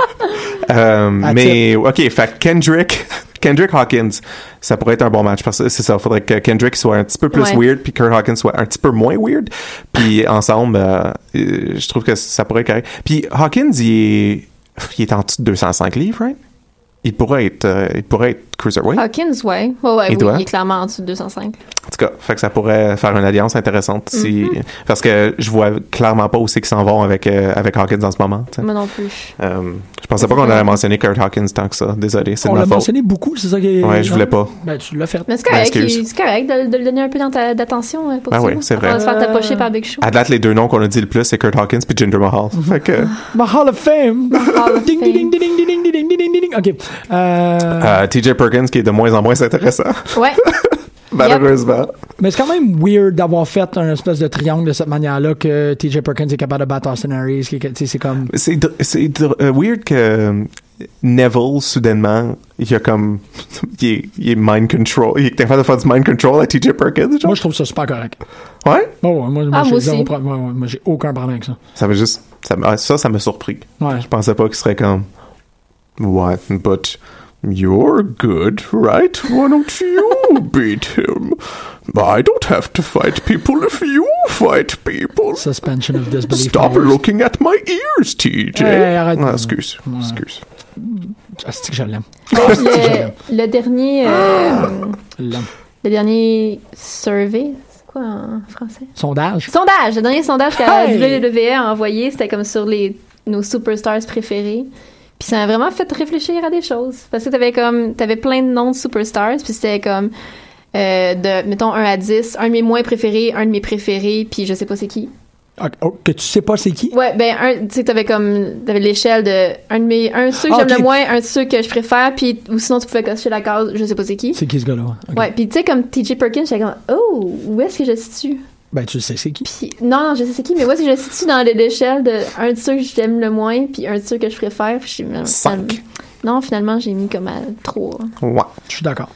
Speaker 7: Euh,
Speaker 5: Ah,
Speaker 7: mais ok, fait que Kendrick, Kendrick Hawkins, ça pourrait être un bon match parce que c'est ça, faudrait que Kendrick soit un petit peu plus
Speaker 6: Ouais.
Speaker 7: weird puis Kurt Hawkins soit un petit peu moins weird, puis ensemble, euh, euh, je trouve que ça pourrait être carré. Puis Hawkins, il est, il est en dessous de 205 livres, right? Il pourrait être, euh, il pourrait être cruiserweight.
Speaker 6: Hawkins, ouais. Ah, Ouais, ouais,
Speaker 7: Et
Speaker 6: oui,
Speaker 7: toi?
Speaker 6: il est clairement en dessous de 205.
Speaker 5: Ah.
Speaker 7: En tout cas, fait que ça pourrait faire une alliance intéressante si,
Speaker 5: Mm-hmm.
Speaker 7: parce que je vois clairement pas où c'est qu'ils s'en vont avec euh, avec Hawkins en ce moment. tu sais.
Speaker 6: Moi non plus.
Speaker 7: Euh, je pensais pas qu'on allait mentionner Kurt Hawkins tant que ça. Désolé, c'est de
Speaker 5: On
Speaker 7: ma
Speaker 5: l'a
Speaker 7: faute.
Speaker 5: mentionné beaucoup, c'est ça qui est.
Speaker 7: Ouais, je voulais pas.
Speaker 5: Ben, tu l'as fait.
Speaker 6: Mais c'est correct,
Speaker 7: Ben, excuse.
Speaker 6: il- c'est correct de, de le donner un peu dans ta- d'attention euh, pour
Speaker 7: Ah
Speaker 6: ça.
Speaker 7: oui, c'est
Speaker 6: Avant
Speaker 7: vrai.
Speaker 6: de se faire tapocher par Big Show.
Speaker 7: À date, les deux noms qu'on a dit le plus, c'est Kurt Hawkins puis Jinder Mahal.
Speaker 5: Mm-hmm.
Speaker 7: Fait que,
Speaker 5: Ma Hall of Fame!
Speaker 6: Hall of
Speaker 5: ding,
Speaker 6: Fame.
Speaker 5: ding, ding, ding, ding, ding, ding, ding, ding, ding, ding. Ok. Euh,
Speaker 7: euh, TJ Perkins qui est de moins en moins intéressant,
Speaker 6: Ouais.
Speaker 7: malheureusement.
Speaker 5: Mais c'est quand même weird d'avoir fait un espèce de triangle de cette manière-là que TJ Perkins est capable de battre Austin Aries. qui- qui- tu sais, C'est comme.
Speaker 7: C'est dr- c'est dr- euh, weird que Neville, soudainement, il a comme. il, est, il est mind control. Il est capable de faire du mind control à TJ Perkins, genre.
Speaker 5: Moi, je trouve ça super correct.
Speaker 7: Ouais?
Speaker 5: Bon, ouais, moi, moi,
Speaker 6: Ah,
Speaker 5: j'ai
Speaker 6: moi
Speaker 5: zéro
Speaker 6: aussi.
Speaker 5: problème. Ouais, ouais, moi, j'ai aucun problème avec ça.
Speaker 7: Ça m'a juste. Ça, m'a- ça, ça m'a surpris.
Speaker 5: Ouais.
Speaker 7: Je pensais pas qu'il serait comme. What? But. You're good, right? Why don't you beat him? I don't have to fight people if you fight people.
Speaker 5: Suspension of disbelief.
Speaker 7: Stop
Speaker 5: powers.
Speaker 7: looking at my ears, TJ.
Speaker 5: Hey, arrête.
Speaker 7: Ah, excuse,
Speaker 5: Ouais.
Speaker 7: excuse.
Speaker 5: Ah, c'est que je l'aime.
Speaker 6: le, le dernier.
Speaker 5: Ah!
Speaker 6: euh,
Speaker 5: Je l'aime.
Speaker 6: le dernier survey. C'est quoi en français?
Speaker 5: Sondage.
Speaker 6: Sondage! Le dernier sondage que la
Speaker 5: Hey!
Speaker 6: WWE a envoyé, c'était comme sur les, nos superstars préférés. Puis ça a vraiment fait réfléchir à des choses. Parce que t'avais comme, t'avais plein de noms de superstars, puis c'était comme, euh, de, mettons, 1 à 10, un de mes moins préférés, un de mes préférés, puis je sais pas c'est qui.
Speaker 5: Ah, oh, que tu sais pas c'est qui?
Speaker 6: Ouais, ben, un, tu sais, t'avais comme, t'avais l'échelle de un de mes, un de ceux que
Speaker 5: Ah,
Speaker 6: j'aime
Speaker 5: ok.
Speaker 6: le moins, un de ceux que je préfère, puis, ou sinon tu pouvais cocher la case, je sais pas c'est qui.
Speaker 5: C'est qui ce gars-là? ouais. Ok.
Speaker 6: Ouais, puis tu sais, comme TJ Perkins, j'étais comme, oh, où est-ce que je situe?
Speaker 5: Ben, tu sais c'est qui?
Speaker 6: Puis, non, non, je sais c'est qui, mais moi, si je le situe dans l'échelle de un de ceux que j'aime le moins, puis un de ceux que je préfère, puis je suis même-
Speaker 7: Cinq.
Speaker 6: Non, finalement, j'ai mis comme à 3.
Speaker 7: Ouais.
Speaker 5: Je suis d'accord.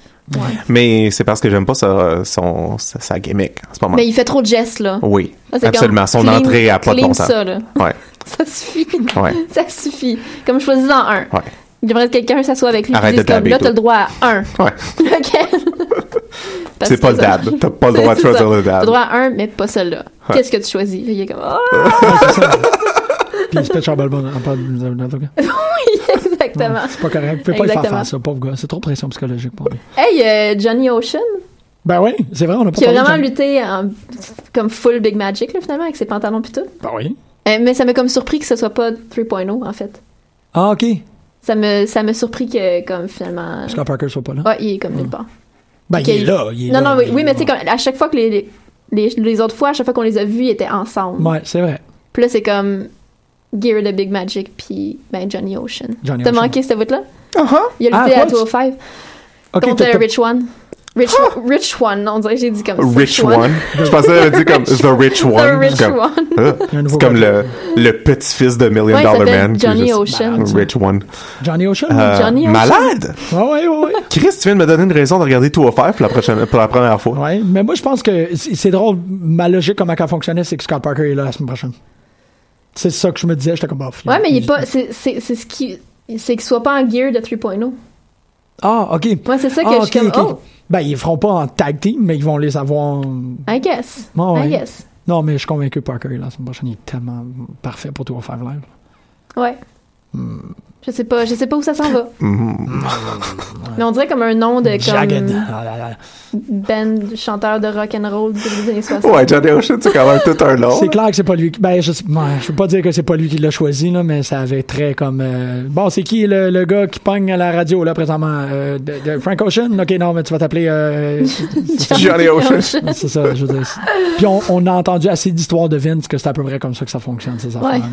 Speaker 7: Mais c'est parce que j'aime pas sa, son, sa, sa gimmick en ce moment.
Speaker 6: Mais il fait trop de gestes, là.
Speaker 7: Oui,
Speaker 6: Ça, c'est
Speaker 7: absolument.
Speaker 6: comme
Speaker 7: Son
Speaker 6: clean-
Speaker 7: entrée a pas de
Speaker 6: clean
Speaker 7: bon sens.
Speaker 6: ça, là.
Speaker 7: Ouais,
Speaker 6: Ça suffit.
Speaker 7: Ouais.
Speaker 6: Ça suffit. Comme choisis en un.
Speaker 7: ouais,
Speaker 6: Il devrait que quelqu'un s'assoit avec lui
Speaker 7: Arrête
Speaker 6: et dise
Speaker 7: de
Speaker 6: comme
Speaker 7: taber,
Speaker 6: là,
Speaker 7: toi.
Speaker 6: t'as le droit à un.
Speaker 7: ouais.
Speaker 6: Lequel? Parce
Speaker 7: C'est
Speaker 6: que
Speaker 7: pas le
Speaker 6: ça-
Speaker 7: dab. T'as pas le droit de
Speaker 6: C'est ça.
Speaker 7: choisir le
Speaker 6: T'as le
Speaker 7: dab.
Speaker 6: droit à un, mais pas celui-là. Qu'est-ce que tu choisis? Il est comme, ah!
Speaker 5: Ouais, c'est ça. Puis il se pète sur la balle- en parle- en tout cas.
Speaker 6: exactement.
Speaker 5: C'est pas correct. Tu peux pas lui faire
Speaker 6: Exactement.
Speaker 5: faire ça, pauvre gars. C'est trop de pression psychologique pour lui.
Speaker 6: Hey, euh, Johnny Ocean,
Speaker 5: Ben oui, c'est vrai, on a pas
Speaker 6: Qui a
Speaker 5: parlé de
Speaker 6: vraiment
Speaker 5: John-
Speaker 6: lutté en- comme full Big Magic, là, finalement, avec ses pantalons pis tout.
Speaker 5: Ben oui.
Speaker 6: Euh, mais ça m'a comme surpris que ce soit pas 3.0, en fait.
Speaker 5: Ah, OK.
Speaker 6: Ça me, ça me surpris que, comme, finalement...
Speaker 5: Scott Parker soit pas là.
Speaker 6: Ouais, il est comme nulle part.
Speaker 5: Ben,
Speaker 6: Puis
Speaker 5: il est
Speaker 6: qu'il-
Speaker 5: là. Il est
Speaker 6: non,
Speaker 5: là,
Speaker 6: non, oui,
Speaker 5: il est
Speaker 6: oui, mais
Speaker 5: là.
Speaker 6: tu sais, comme, à chaque fois que les, les, les, les autres fois, à chaque fois qu'on les a vus, ils étaient ensemble.
Speaker 5: Ouais, c'est vrai.
Speaker 6: Puis là, c'est comme Gear the Big Magic puis ben, Johnny Ocean.
Speaker 5: Johnny
Speaker 6: T'as
Speaker 5: Ocean.
Speaker 6: manqué cette bout-là? Il
Speaker 5: Ah,
Speaker 6: a lutté à
Speaker 5: quoi, tu-
Speaker 6: 205
Speaker 5: Ok,
Speaker 6: contre
Speaker 5: t'as-
Speaker 6: le
Speaker 5: t'as-
Speaker 6: Rich One. Rich, rich One, on dirait que j'ai dit comme ça.
Speaker 7: Rich One. Je pensais qu'elle avait dit comme The Rich One.
Speaker 6: The Rich
Speaker 7: C'est comme,
Speaker 6: One.
Speaker 7: Ah, C'est comme le, le petit-fils de Million
Speaker 6: Ouais, il
Speaker 7: Dollar
Speaker 6: s'appelle
Speaker 7: Man. qui est
Speaker 6: Johnny
Speaker 7: juste
Speaker 6: Ocean.
Speaker 7: Rich One.
Speaker 5: Johnny Ocean?
Speaker 7: Euh,
Speaker 6: Johnny Ocean.
Speaker 7: Malade!
Speaker 5: Ouais, ouais, ouais, ouais.
Speaker 7: Chris, tu viens de me donner une raison de regarder tout offert pour la, prochaine, pour la première fois.
Speaker 5: Ouais, mais moi, je pense que c'est c'est drôle. Ma logique, comment elle fonctionnait, c'est que Scott Parker est là la semaine prochaine. C'est ça que je me disais, j'étais comme off.
Speaker 6: Ouais, mais il est pas. C'est c'est- c'est ce qui. C'est qu'il soit pas en gear de oh, 3.0.
Speaker 5: Ah, ok.
Speaker 6: Ouais, c'est ça que
Speaker 5: Ah,
Speaker 6: je suis
Speaker 5: ok,
Speaker 6: comme, oh.
Speaker 5: ok. Ben, ils feront pas en tag team, mais ils vont les avoir.
Speaker 6: I guess.
Speaker 7: Ah
Speaker 5: Bon, ouais.
Speaker 6: I guess.
Speaker 5: Non, mais je suis convaincu que Parker est là la semaine prochaine. Il est tellement parfait pour tout faire live.
Speaker 6: Ouais. Je sais pas, je sais pas où ça s'en va.
Speaker 7: Mhm.
Speaker 6: Mais on dirait comme un nom de comme
Speaker 5: Jagged. Ah, là, là.
Speaker 6: band chanteur de rock and roll des années 60.
Speaker 7: Ouais, Johnny Ocean, c'est quand même tout un long.
Speaker 5: C'est clair que c'est pas lui. qui- Ben, je, sais- ouais, je veux pas dire que c'est pas lui qui l'a choisi, là, mais ça avait très comme. euh, Bon, c'est qui le, le gars qui pogne à la radio, là, présentement Euh, de, de Frank Ocean Ok, non, mais tu vas t'appeler. euh,
Speaker 7: Johnny Ocean.
Speaker 5: Ouais, c'est ça, je veux dire. c'est- Puis on, on a entendu assez d'histoires de Vince que c'est à peu près comme ça que ça fonctionne, ces euh, affaires.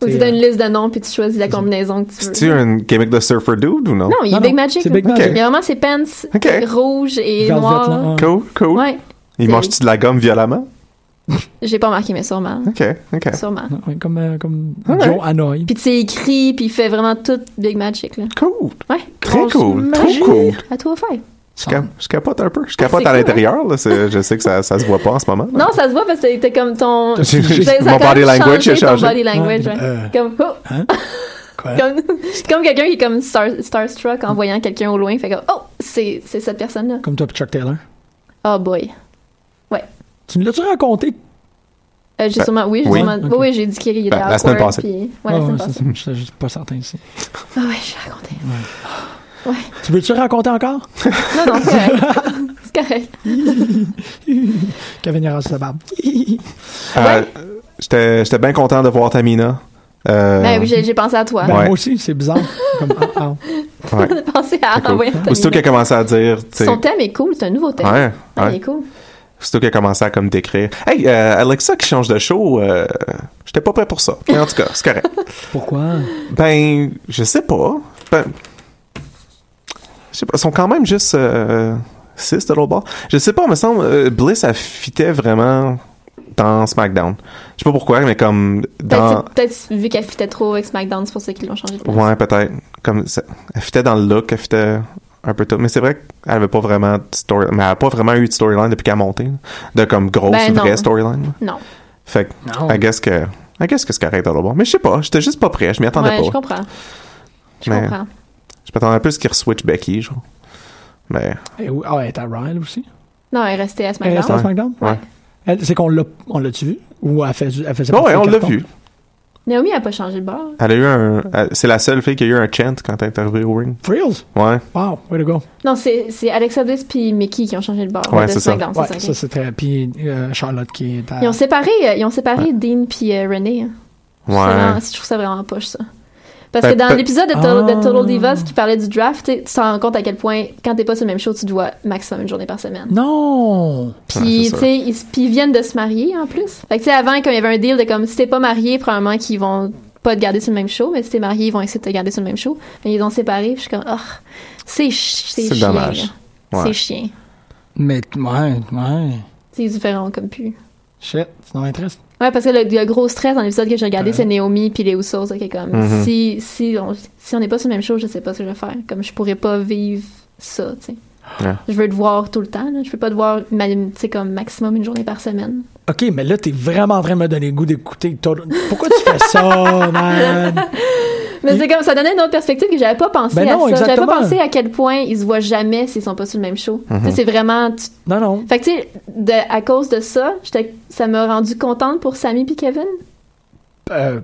Speaker 6: Ou tu donnes une liste de noms puis tu choisis la combinaison que tu veux.
Speaker 7: C'est-tu un gimmick de Surfer Dude ou non?
Speaker 6: Non, il est Big Magic.
Speaker 7: C'est Big
Speaker 6: là.
Speaker 7: Magic.
Speaker 6: Il a vraiment ses pants rouges et
Speaker 7: Velvet,
Speaker 6: noirs.
Speaker 7: là, hein.
Speaker 6: là.
Speaker 7: ouais. Cool, cool.
Speaker 6: Ouais.
Speaker 7: Il mange-tu de la gomme violemment?
Speaker 6: J'ai pas remarqué, mais sûrement.
Speaker 7: OK, OK.
Speaker 6: Sûrement.
Speaker 5: Ouais, comme euh, comme Joe Hanoi.
Speaker 6: Puis tu sais, il crie, puis il fait vraiment tout Big Magic. Là.
Speaker 7: Cool.
Speaker 6: Ouais.
Speaker 7: Très
Speaker 6: Grosse
Speaker 7: cool, trop
Speaker 6: magie
Speaker 7: cool.
Speaker 6: À toi, faire.
Speaker 7: Je, cap- je capote un peu. Je capote
Speaker 6: C'est
Speaker 7: à
Speaker 6: cool, hein?
Speaker 7: l'intérieur. là, c'est- Je sais que ça, ça se voit pas en ce moment. là.
Speaker 6: Non, ça se voit parce que t'es comme ton.
Speaker 7: Mon
Speaker 6: ça
Speaker 7: body
Speaker 6: a quand même
Speaker 7: language
Speaker 6: changé
Speaker 7: a changé.
Speaker 6: Ton body language,
Speaker 7: Ouais,
Speaker 6: ouais.
Speaker 7: euh,
Speaker 6: Comme. oh! Comme, comme quelqu'un qui est comme star, starstruck en voyant quelqu'un au loin. Fait comme, oh, c'est c'est cette personne-là.
Speaker 5: Comme toi, puis Chuck Taylor.
Speaker 6: Oh boy. Ouais.
Speaker 5: Tu nous l'as-tu raconté
Speaker 6: Euh, j'ai
Speaker 5: Ben,
Speaker 6: sûrement, oui, j'ai
Speaker 5: oui.
Speaker 6: sûrement-
Speaker 5: Ok.
Speaker 6: oui, oui, j'ai dit qu'il était
Speaker 5: Ben, la
Speaker 6: awkward,
Speaker 5: semaine passée.
Speaker 6: puis- ouais, la
Speaker 5: Ah,
Speaker 6: semaine
Speaker 5: c'est
Speaker 6: passée.
Speaker 5: ça. J'étais juste pas certain ici.
Speaker 6: Ah ouais, j'ai raconté.
Speaker 5: Tu veux-tu raconter encore
Speaker 6: Non, non, c'est correct. c'est correct.
Speaker 5: Kevin Yarras la barbe.
Speaker 7: Euh, J'étais j'étais bien content de voir Tamina. Euh,
Speaker 6: Ben oui, j'ai j'ai pensé à toi.
Speaker 7: Ben, Ouais. moi
Speaker 5: aussi, c'est bizarre. Comme, ah,
Speaker 7: ouais.
Speaker 6: On a pensé à
Speaker 7: Cool.
Speaker 6: envoyer Anthony.
Speaker 7: Aussitôt qu'elle a commencé à dire. tu sais,
Speaker 6: Son thème est cool, c'est un nouveau thème.
Speaker 7: Ouais,
Speaker 6: Ah, il
Speaker 7: ouais.
Speaker 6: est cool.
Speaker 7: Surtout qu'elle commençait à comme décrire. Hey, euh, Alexa qui change de show, euh, j'étais pas prêt pour ça. Mais en tout cas, c'est correct.
Speaker 5: Pourquoi?
Speaker 7: Ben, je sais pas. Ben, je sais pas. Ils sont quand même juste euh, six de l'autre bord. Je sais pas, me semble, euh, Bliss, elle fitait vraiment dans SmackDown. Je sais pas pourquoi, mais comme
Speaker 6: Ben,
Speaker 7: dans.
Speaker 6: Peut-être peut-être vu qu'elle fitait trop avec SmackDown, c'est pour ça qu'ils l'ont changé. de place.
Speaker 7: Ouais, peut-être. Comme ça- elle fitait dans le look, elle fitait un peu tout. Mais c'est vrai qu'elle avait pas vraiment de story, mais elle a pas vraiment eu de storyline depuis qu'elle a monté. là. De comme grosse,
Speaker 6: Ben, non.
Speaker 7: vraie storyline. là.
Speaker 6: Non.
Speaker 7: Fait que,
Speaker 6: Non.
Speaker 7: I guess que, I guess que c'est correct dans le bon. Mais je sais pas, j'étais juste pas prêt, je m'y attendais
Speaker 6: ouais,
Speaker 7: pas.
Speaker 6: je comprends. Je
Speaker 7: Mais
Speaker 6: comprends.
Speaker 7: Je m'attendais plus qu'ils re-switch Becky, genre. Mais.
Speaker 5: Et où- Ah, elle est à Ryle aussi.
Speaker 6: Non, elle est restée à
Speaker 5: Elle est
Speaker 6: SmackDown.
Speaker 5: restée à SmackDown?
Speaker 7: Ouais.
Speaker 5: Elle- C'est qu'on l'a, on l'a-tu vu? Ou elle, fait, elle faisait
Speaker 7: Bon,
Speaker 5: partie
Speaker 7: ouais, on
Speaker 5: des
Speaker 7: l'a
Speaker 5: cartons?
Speaker 7: vu.
Speaker 6: Naomi a pas changé de bord.
Speaker 7: Elle a eu un. elle- C'est la seule fille qui a eu un chant quand elle est arrivée au ring.
Speaker 5: For reals?
Speaker 7: Ouais.
Speaker 5: Wow, way to go.
Speaker 6: Non, c'est c'est Alexa Bliss puis Mickey qui ont changé de bord.
Speaker 7: Ouais,
Speaker 6: de
Speaker 7: c'est ça.
Speaker 6: SmackDown,
Speaker 5: Ouais,
Speaker 6: c'est
Speaker 5: ça,
Speaker 6: ça.
Speaker 5: c'était. Puis euh, Charlotte qui est à.
Speaker 6: Ils ont séparé, euh, ils ont séparé Dean puis euh, Renee. hein.
Speaker 7: Ouais.
Speaker 6: C'est vraiment- Je trouve ça vraiment poche, ça. Parce
Speaker 7: Ben,
Speaker 6: que dans
Speaker 7: ben-
Speaker 6: l'épisode de, Total- de
Speaker 7: Ah.
Speaker 6: Total Divas qui parlait du draft, tu sais, tu te rends compte à quel point, quand t'es pas sur le même show, tu dois maximum une journée par semaine.
Speaker 5: Non!
Speaker 6: Puis, tu sais, ils, s- puis ils viennent de se marier en plus. Fait que, tu sais, avant, comme il y avait un deal de comme si t'es pas marié, probablement qu'ils vont pas te garder sur le même show, mais si t'es marié, ils vont essayer de te garder sur le même show. Mais ils ont séparé, puis je suis comme, oh, c'est chi-
Speaker 5: C'est
Speaker 6: c'est chien.
Speaker 5: dommage.
Speaker 6: là.
Speaker 5: Ouais.
Speaker 6: C'est chien.
Speaker 5: Mais, ouais, ouais.
Speaker 6: C'est différent comme pu.
Speaker 5: Shit, c'est dans triste.
Speaker 6: Ouais, parce que le, le gros stress dans l'épisode que j'ai regardé, c'est Naomi puis les Usos. là, qui est comme,
Speaker 5: Mhm.
Speaker 6: si, si, on, si on n'est pas sur la même chose, je sais pas ce que je vais faire. Comme, je pourrais pas vivre ça, tu sais.
Speaker 7: Ouais.
Speaker 6: Je veux te voir tout le temps, là. Je peux pas te voir, ma- tu sais, comme maximum une journée par semaine.
Speaker 5: Ok, mais là, t'es vraiment en train de me donner le goût d'écouter. Total- Pourquoi tu fais ça, man?
Speaker 6: Mais c'est comme, ça donnait une autre perspective que j'avais pas pensé
Speaker 5: Ben
Speaker 6: à
Speaker 5: non,
Speaker 6: ça. J'avais
Speaker 5: exactement.
Speaker 6: pas pensé à quel point ils se voient jamais s'ils sont pas sur le même show.
Speaker 5: Mhm.
Speaker 6: Tu sais, c'est vraiment... tu-
Speaker 5: Non, non.
Speaker 6: Fait que, tu sais, de- à cause de ça, j'étais- ça m'a rendu contente pour Sammy puis Kevin.
Speaker 5: Euh,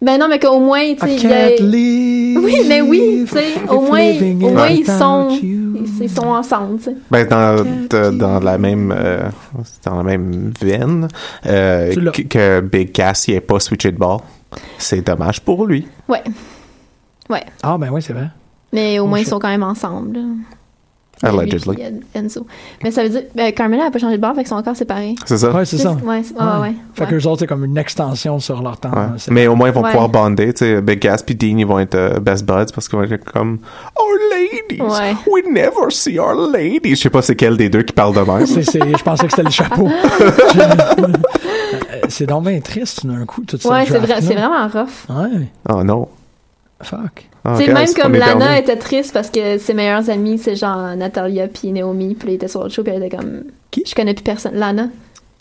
Speaker 6: Ben non, mais qu'au moins, tu sais,
Speaker 5: I
Speaker 6: il y a-
Speaker 5: can't live
Speaker 6: Oui, mais oui, tu sais, au
Speaker 5: if
Speaker 6: moins,
Speaker 5: living
Speaker 6: au moins ils
Speaker 5: without
Speaker 6: sont, ils ils sont ensemble, tu sais.
Speaker 7: Ben, dans, de- dans la même euh, dans la même veine euh,
Speaker 6: Tu l'as.
Speaker 7: que, que Big Cass n'ait pas switché de bord. C'est dommage pour lui.
Speaker 6: Ouais. Ouais.
Speaker 5: Ah, ben oui, c'est vrai.
Speaker 6: Mais au
Speaker 5: Oh,
Speaker 6: moins, ils
Speaker 5: shit.
Speaker 6: sont quand même ensemble. là.
Speaker 7: Allegedly.
Speaker 6: Lui puis, euh, Enzo. Mais ça veut dire, ben, Carmela n'a pas changé de bord, fait qu'ils sont encore séparés.
Speaker 7: C'est ça.
Speaker 5: Ouais, c'est ça.
Speaker 6: Ouais, c'est- ouais, ouais, ouais.
Speaker 5: Fait que qu'eux autres, c'est comme une extension sur leur temps.
Speaker 7: Ouais.
Speaker 5: hein, c'est-
Speaker 7: Mais au moins, ils vont
Speaker 6: Ouais.
Speaker 7: pouvoir bonder. tu sais, Big Cass puis Dean, ils vont être euh, best buds parce qu'ils vont être comme Our ladies, we never see our ladies. Je sais pas c'est quel des deux qui parle de même.
Speaker 5: C'est- c'est- je pensais que c'était le chapeau. Je- c'est donc bien triste d'un coup, tout ça.
Speaker 6: Ouais, c'est vrai- c'est vraiment rough.
Speaker 5: Ouais.
Speaker 7: Oh non.
Speaker 5: Fuck.
Speaker 7: Ah,
Speaker 6: Tu sais,
Speaker 7: guys,
Speaker 6: même comme
Speaker 7: on est
Speaker 6: Lana
Speaker 7: dernier.
Speaker 6: était triste parce que ses meilleures amies, c'est genre Natalia puis Naomi, puis elle était sur l'autre show, puis elle était comme. Je connais plus personne. Lana.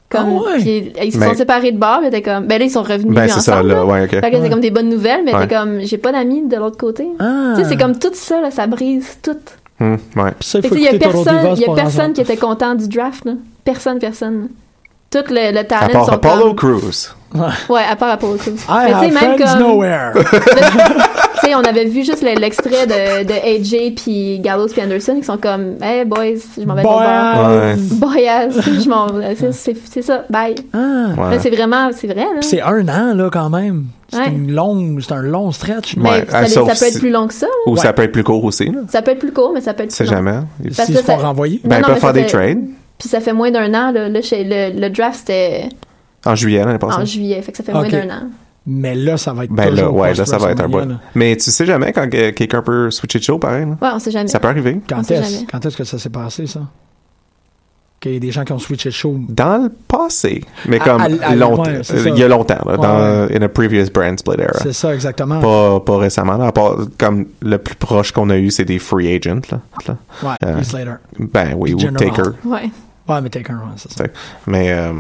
Speaker 6: Comme,
Speaker 7: Ah ouais?
Speaker 6: puis ils se
Speaker 7: Mais-
Speaker 6: sont séparés de bord, puis elle était comme. Ben là, ils sont revenus.
Speaker 7: Ben, c'est
Speaker 6: ensemble,
Speaker 7: ça, là, ouais, ok. Hmm.
Speaker 6: Fait que
Speaker 7: Ouais.
Speaker 6: c'est comme des bonnes nouvelles, mais elle
Speaker 7: Ouais.
Speaker 6: était comme. J'ai pas d'amis de l'autre côté.
Speaker 5: Ah.
Speaker 6: Tu sais, c'est comme tout ça, là, ça brise tout.
Speaker 7: Hum, ouais.
Speaker 5: Ça,
Speaker 6: Fait que, tu sais, Il y a personne, il y a personne qui était content du draft, là. Personne, personne. Tout le, le
Speaker 7: À
Speaker 6: talent
Speaker 7: part
Speaker 6: sont
Speaker 7: Apollo Crews.
Speaker 6: comme- Ouais, à part Apollo
Speaker 5: I
Speaker 6: Crews. Mais tu sais,
Speaker 5: have
Speaker 6: même
Speaker 5: friends
Speaker 6: comme-
Speaker 5: nowhere.
Speaker 6: tu sais, on avait vu juste le- l'extrait de, de AJ puis Gallows puis Anderson qui sont comme Hey boys, je m'en vais
Speaker 5: Boys.
Speaker 6: pas
Speaker 5: Ouais.
Speaker 6: Boys, je m'en vais. C'est- C'est c'est ça, bye.
Speaker 5: Ouais.
Speaker 6: Mais C'est vraiment, c'est vrai. Là.
Speaker 5: Puis c'est un an, là, quand même. C'est
Speaker 6: Ouais.
Speaker 5: une longue, c'est un long stretch.
Speaker 7: Ouais,
Speaker 5: mais-
Speaker 7: Mais ça- sauf
Speaker 6: Ben, ça peut
Speaker 7: si-
Speaker 6: être plus long que ça. là.
Speaker 7: Ou ça peut être plus court aussi. Là.
Speaker 6: Ça peut être plus court, mais ça peut être
Speaker 7: Tu
Speaker 6: plus
Speaker 7: sais
Speaker 6: long.
Speaker 7: jamais.
Speaker 6: Parce
Speaker 7: S'ils
Speaker 6: que
Speaker 7: se font
Speaker 6: ça-
Speaker 7: renvoyer?
Speaker 6: Non,
Speaker 7: Ben, ils
Speaker 6: non,
Speaker 7: peuvent
Speaker 6: mais
Speaker 7: faire
Speaker 6: ça
Speaker 7: des
Speaker 6: fait-
Speaker 7: trades.
Speaker 6: Puis ça fait moins d'un an. Là, là, chez- le, le draft, c'était
Speaker 7: En juillet l'année passée.
Speaker 6: en juillet. Fait que ça fait
Speaker 5: Ok.
Speaker 6: moins d'un an.
Speaker 5: Mais là, ça va être
Speaker 7: Ben là,
Speaker 5: toujours
Speaker 7: ouais, là, ça va être un
Speaker 5: post-WrestleMania,
Speaker 7: bout. Mais tu sais jamais quand que- quelqu'un peut switcher de show, pareil. là.
Speaker 6: Ouais, on sait jamais.
Speaker 7: Ça peut arriver.
Speaker 5: là. Quand
Speaker 6: sait
Speaker 5: est-ce
Speaker 6: jamais.
Speaker 5: quand est-ce que ça s'est passé, ça? Qu'il y a des gens qui ont switché de show.
Speaker 7: Dans le passé. Mais
Speaker 5: À-
Speaker 7: comme
Speaker 5: à- à-
Speaker 7: longtemps.
Speaker 5: ouais, c'est ça.
Speaker 7: il y a longtemps, là,
Speaker 5: Ouais,
Speaker 7: dans in a previous brand split era.
Speaker 5: C'est ça, exactement.
Speaker 7: Pas, pas récemment. là, à part- comme le plus proche qu'on a eu, c'est des free agents. Là, là.
Speaker 5: Ouais,
Speaker 7: Euh,
Speaker 5: Heath Slater.
Speaker 7: Ben oui,
Speaker 5: Puis
Speaker 7: ou
Speaker 5: General.
Speaker 7: Taker.
Speaker 6: Ouais.
Speaker 5: Ouais, mais Taker, ouais, c'est ça.
Speaker 7: Fait- Mais euh,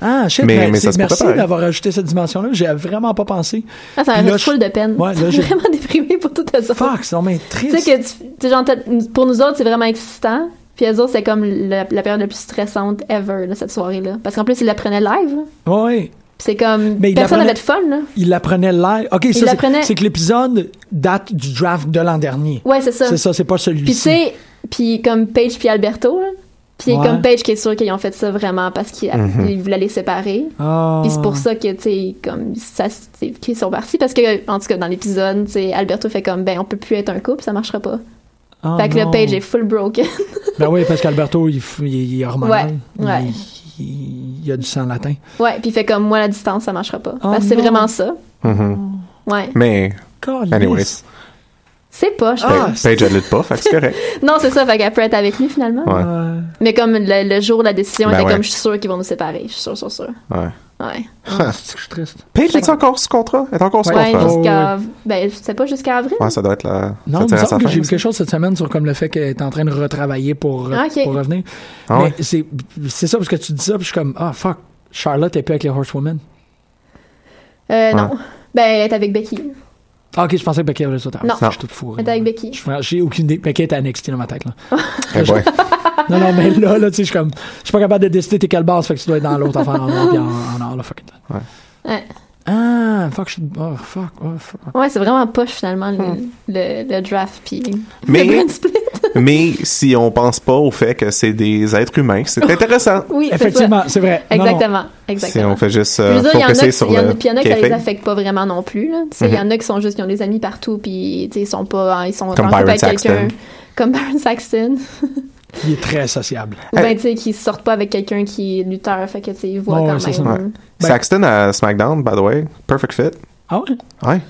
Speaker 5: Ah, shit,
Speaker 7: Mais-
Speaker 5: ben,
Speaker 7: mais ça se
Speaker 5: c'est-
Speaker 7: pourrait hein.
Speaker 5: merci
Speaker 7: pareil.
Speaker 5: d'avoir ajouté cette dimension-là. J'y avais vraiment pas pensé.
Speaker 6: Ah, ça
Speaker 5: Puis
Speaker 6: m'a
Speaker 5: là,
Speaker 6: fait full
Speaker 5: je-
Speaker 6: de peine.
Speaker 5: Ouais, là,
Speaker 6: Je
Speaker 5: j'ai-
Speaker 6: suis vraiment déprimée pour tout ça.
Speaker 5: Fuck, c'est vraiment
Speaker 6: Tu
Speaker 5: triste.
Speaker 6: sais que tu- tu sais, genre, t'as- pour nous autres, c'est vraiment excitant. Puis eux autres, c'est comme la, la période la plus stressante ever, là, cette soirée-là. Parce qu'en plus, ils l'apprenaient live. là.
Speaker 5: Ouais.
Speaker 6: Puis c'est comme.
Speaker 5: Mais ils
Speaker 6: personne
Speaker 5: l'apprenaient-
Speaker 6: n'avait de fun, là.
Speaker 5: Il l'apprenait live. OK,
Speaker 6: Il
Speaker 5: ça, c'est-
Speaker 6: l'apprenait-
Speaker 5: c'est que l'épisode date du draft de l'an dernier.
Speaker 6: Ouais, c'est ça.
Speaker 5: C'est ça, c'est pas celui-ci.
Speaker 6: Puis tu sais, puis comme Paige puis Alberto, là. Puis
Speaker 5: Ouais.
Speaker 6: comme Paige qui est sûr qu'ils ont fait ça vraiment parce qu'ils
Speaker 5: Mhm.
Speaker 6: ils voulaient les séparer.
Speaker 5: Ah.
Speaker 6: Puis c'est pour ça que, tu sais, comme, ça, c'est- qu'ils sont partis. Parce que, en tout cas, dans l'épisode, tu sais, Alberto fait comme, ben, on peut plus être un couple, ça marchera pas.
Speaker 5: Ah,
Speaker 6: fait que le
Speaker 5: non.
Speaker 6: Paige est full broken.
Speaker 5: Ben oui, parce qu'Alberto, il, f- il, il est hormonal.
Speaker 6: Ouais, ouais.
Speaker 5: Il, il- il a du sang latin.
Speaker 6: ouais, puis il fait comme, moi, la distance, ça marchera pas. parce que c'est
Speaker 5: Oh non.
Speaker 6: vraiment ça.
Speaker 7: mhm.
Speaker 6: Ouais.
Speaker 7: Mais,
Speaker 5: Calisse.
Speaker 7: anyways,
Speaker 6: Ah, C'est pas, je
Speaker 5: Ah.
Speaker 7: Pa-
Speaker 6: pense.
Speaker 7: Paige, elle lutte pas, fait que c'est correct.
Speaker 6: Non, c'est ça, fait qu'elle peut être avec lui finalement.
Speaker 7: Ouais.
Speaker 6: Mais comme le, le jour de la décision,
Speaker 7: Ben
Speaker 6: était
Speaker 7: ouais.
Speaker 6: comme je suis sûre qu'ils vont nous séparer. Je suis sûre, sûre, sûre.
Speaker 7: Ouais.
Speaker 6: Ouais.
Speaker 5: Ah, c'est que je suis triste.
Speaker 7: Paige est encore sous contrat? Elle est encore sous
Speaker 6: Ouais,
Speaker 7: contrat?
Speaker 6: jusqu'à. Ben, c'est pas jusqu'à avril.
Speaker 7: Ouais, ça doit être la. ça
Speaker 5: Non, il me
Speaker 7: tire à sa
Speaker 5: semble que
Speaker 7: fin,
Speaker 5: j'ai vu
Speaker 7: ça.
Speaker 5: quelque chose cette semaine sur comme le fait qu'elle est en train de retravailler pour, euh,
Speaker 6: Ah, ok.
Speaker 5: pour revenir.
Speaker 7: Ah ouais?
Speaker 5: Mais c'est c'est ça, parce que tu dis ça, puis je suis comme, ah, fuck, Charlotte est plus avec les Horsewomen.
Speaker 6: Euh,
Speaker 5: Ouais.
Speaker 6: non. Ben, elle est avec Becky.
Speaker 5: Ah, ok, je pensais que Becky avait ça. Ah,
Speaker 6: Non.
Speaker 5: Je suis toute fourrée.
Speaker 6: Elle est avec Becky.
Speaker 5: Je suis vraiment- J'ai aucune idée. Becky est à NXT dans ma tête, là.
Speaker 7: Eh boy.
Speaker 5: Non, non, mais là, là, tu sais, je suis comme, je suis pas capable de décider t'es quelle base, fait que tu dois être dans l'autre affaire en noir, puis en, en or, là, fuck it.
Speaker 7: Ouais.
Speaker 6: Ouais.
Speaker 5: Ah, fuck, je suis. Oh, fuck, oh, fuck.
Speaker 6: Ouais, c'est vraiment poche finalement le,
Speaker 5: Hmm.
Speaker 6: le, le draft. Puis.
Speaker 7: Mais-
Speaker 6: le brand split.
Speaker 7: Mais si on pense pas au fait que c'est des êtres humains, c'est intéressant.
Speaker 6: Oui, c'est ça.
Speaker 5: Effectivement, c'est vrai. Non, non.
Speaker 6: Exactement.
Speaker 7: Si
Speaker 6: Exactement.
Speaker 7: on fait juste
Speaker 6: Je
Speaker 7: euh,
Speaker 6: veux dire, il y en a,
Speaker 7: focuser
Speaker 6: qui-
Speaker 7: sur
Speaker 6: il y en
Speaker 7: le.
Speaker 6: a- puis il y en a qui ça les
Speaker 7: kayfabe.
Speaker 6: affecte pas vraiment non plus. là. Tu sais, Il y en a qui sont juste, ils ont des amis partout, puis tu sais, ils sont pas, hein, ils sont
Speaker 7: Mhm. Comme
Speaker 6: en couple
Speaker 7: Byron
Speaker 6: avec quelqu'un.
Speaker 7: Saxton.
Speaker 6: Comme Byron Saxton.
Speaker 5: Il est très sociable.
Speaker 6: Ou ben, tu sais, qu'ils sortent pas avec quelqu'un qui est lutteur, fait que, tu sais, ils voient
Speaker 5: Ouais,
Speaker 6: quand
Speaker 5: ouais, c'est ça.
Speaker 6: même.
Speaker 7: Ouais. Saxton à SmackDown, by the way, perfect fit.
Speaker 5: Ah ouais?
Speaker 7: Ouais.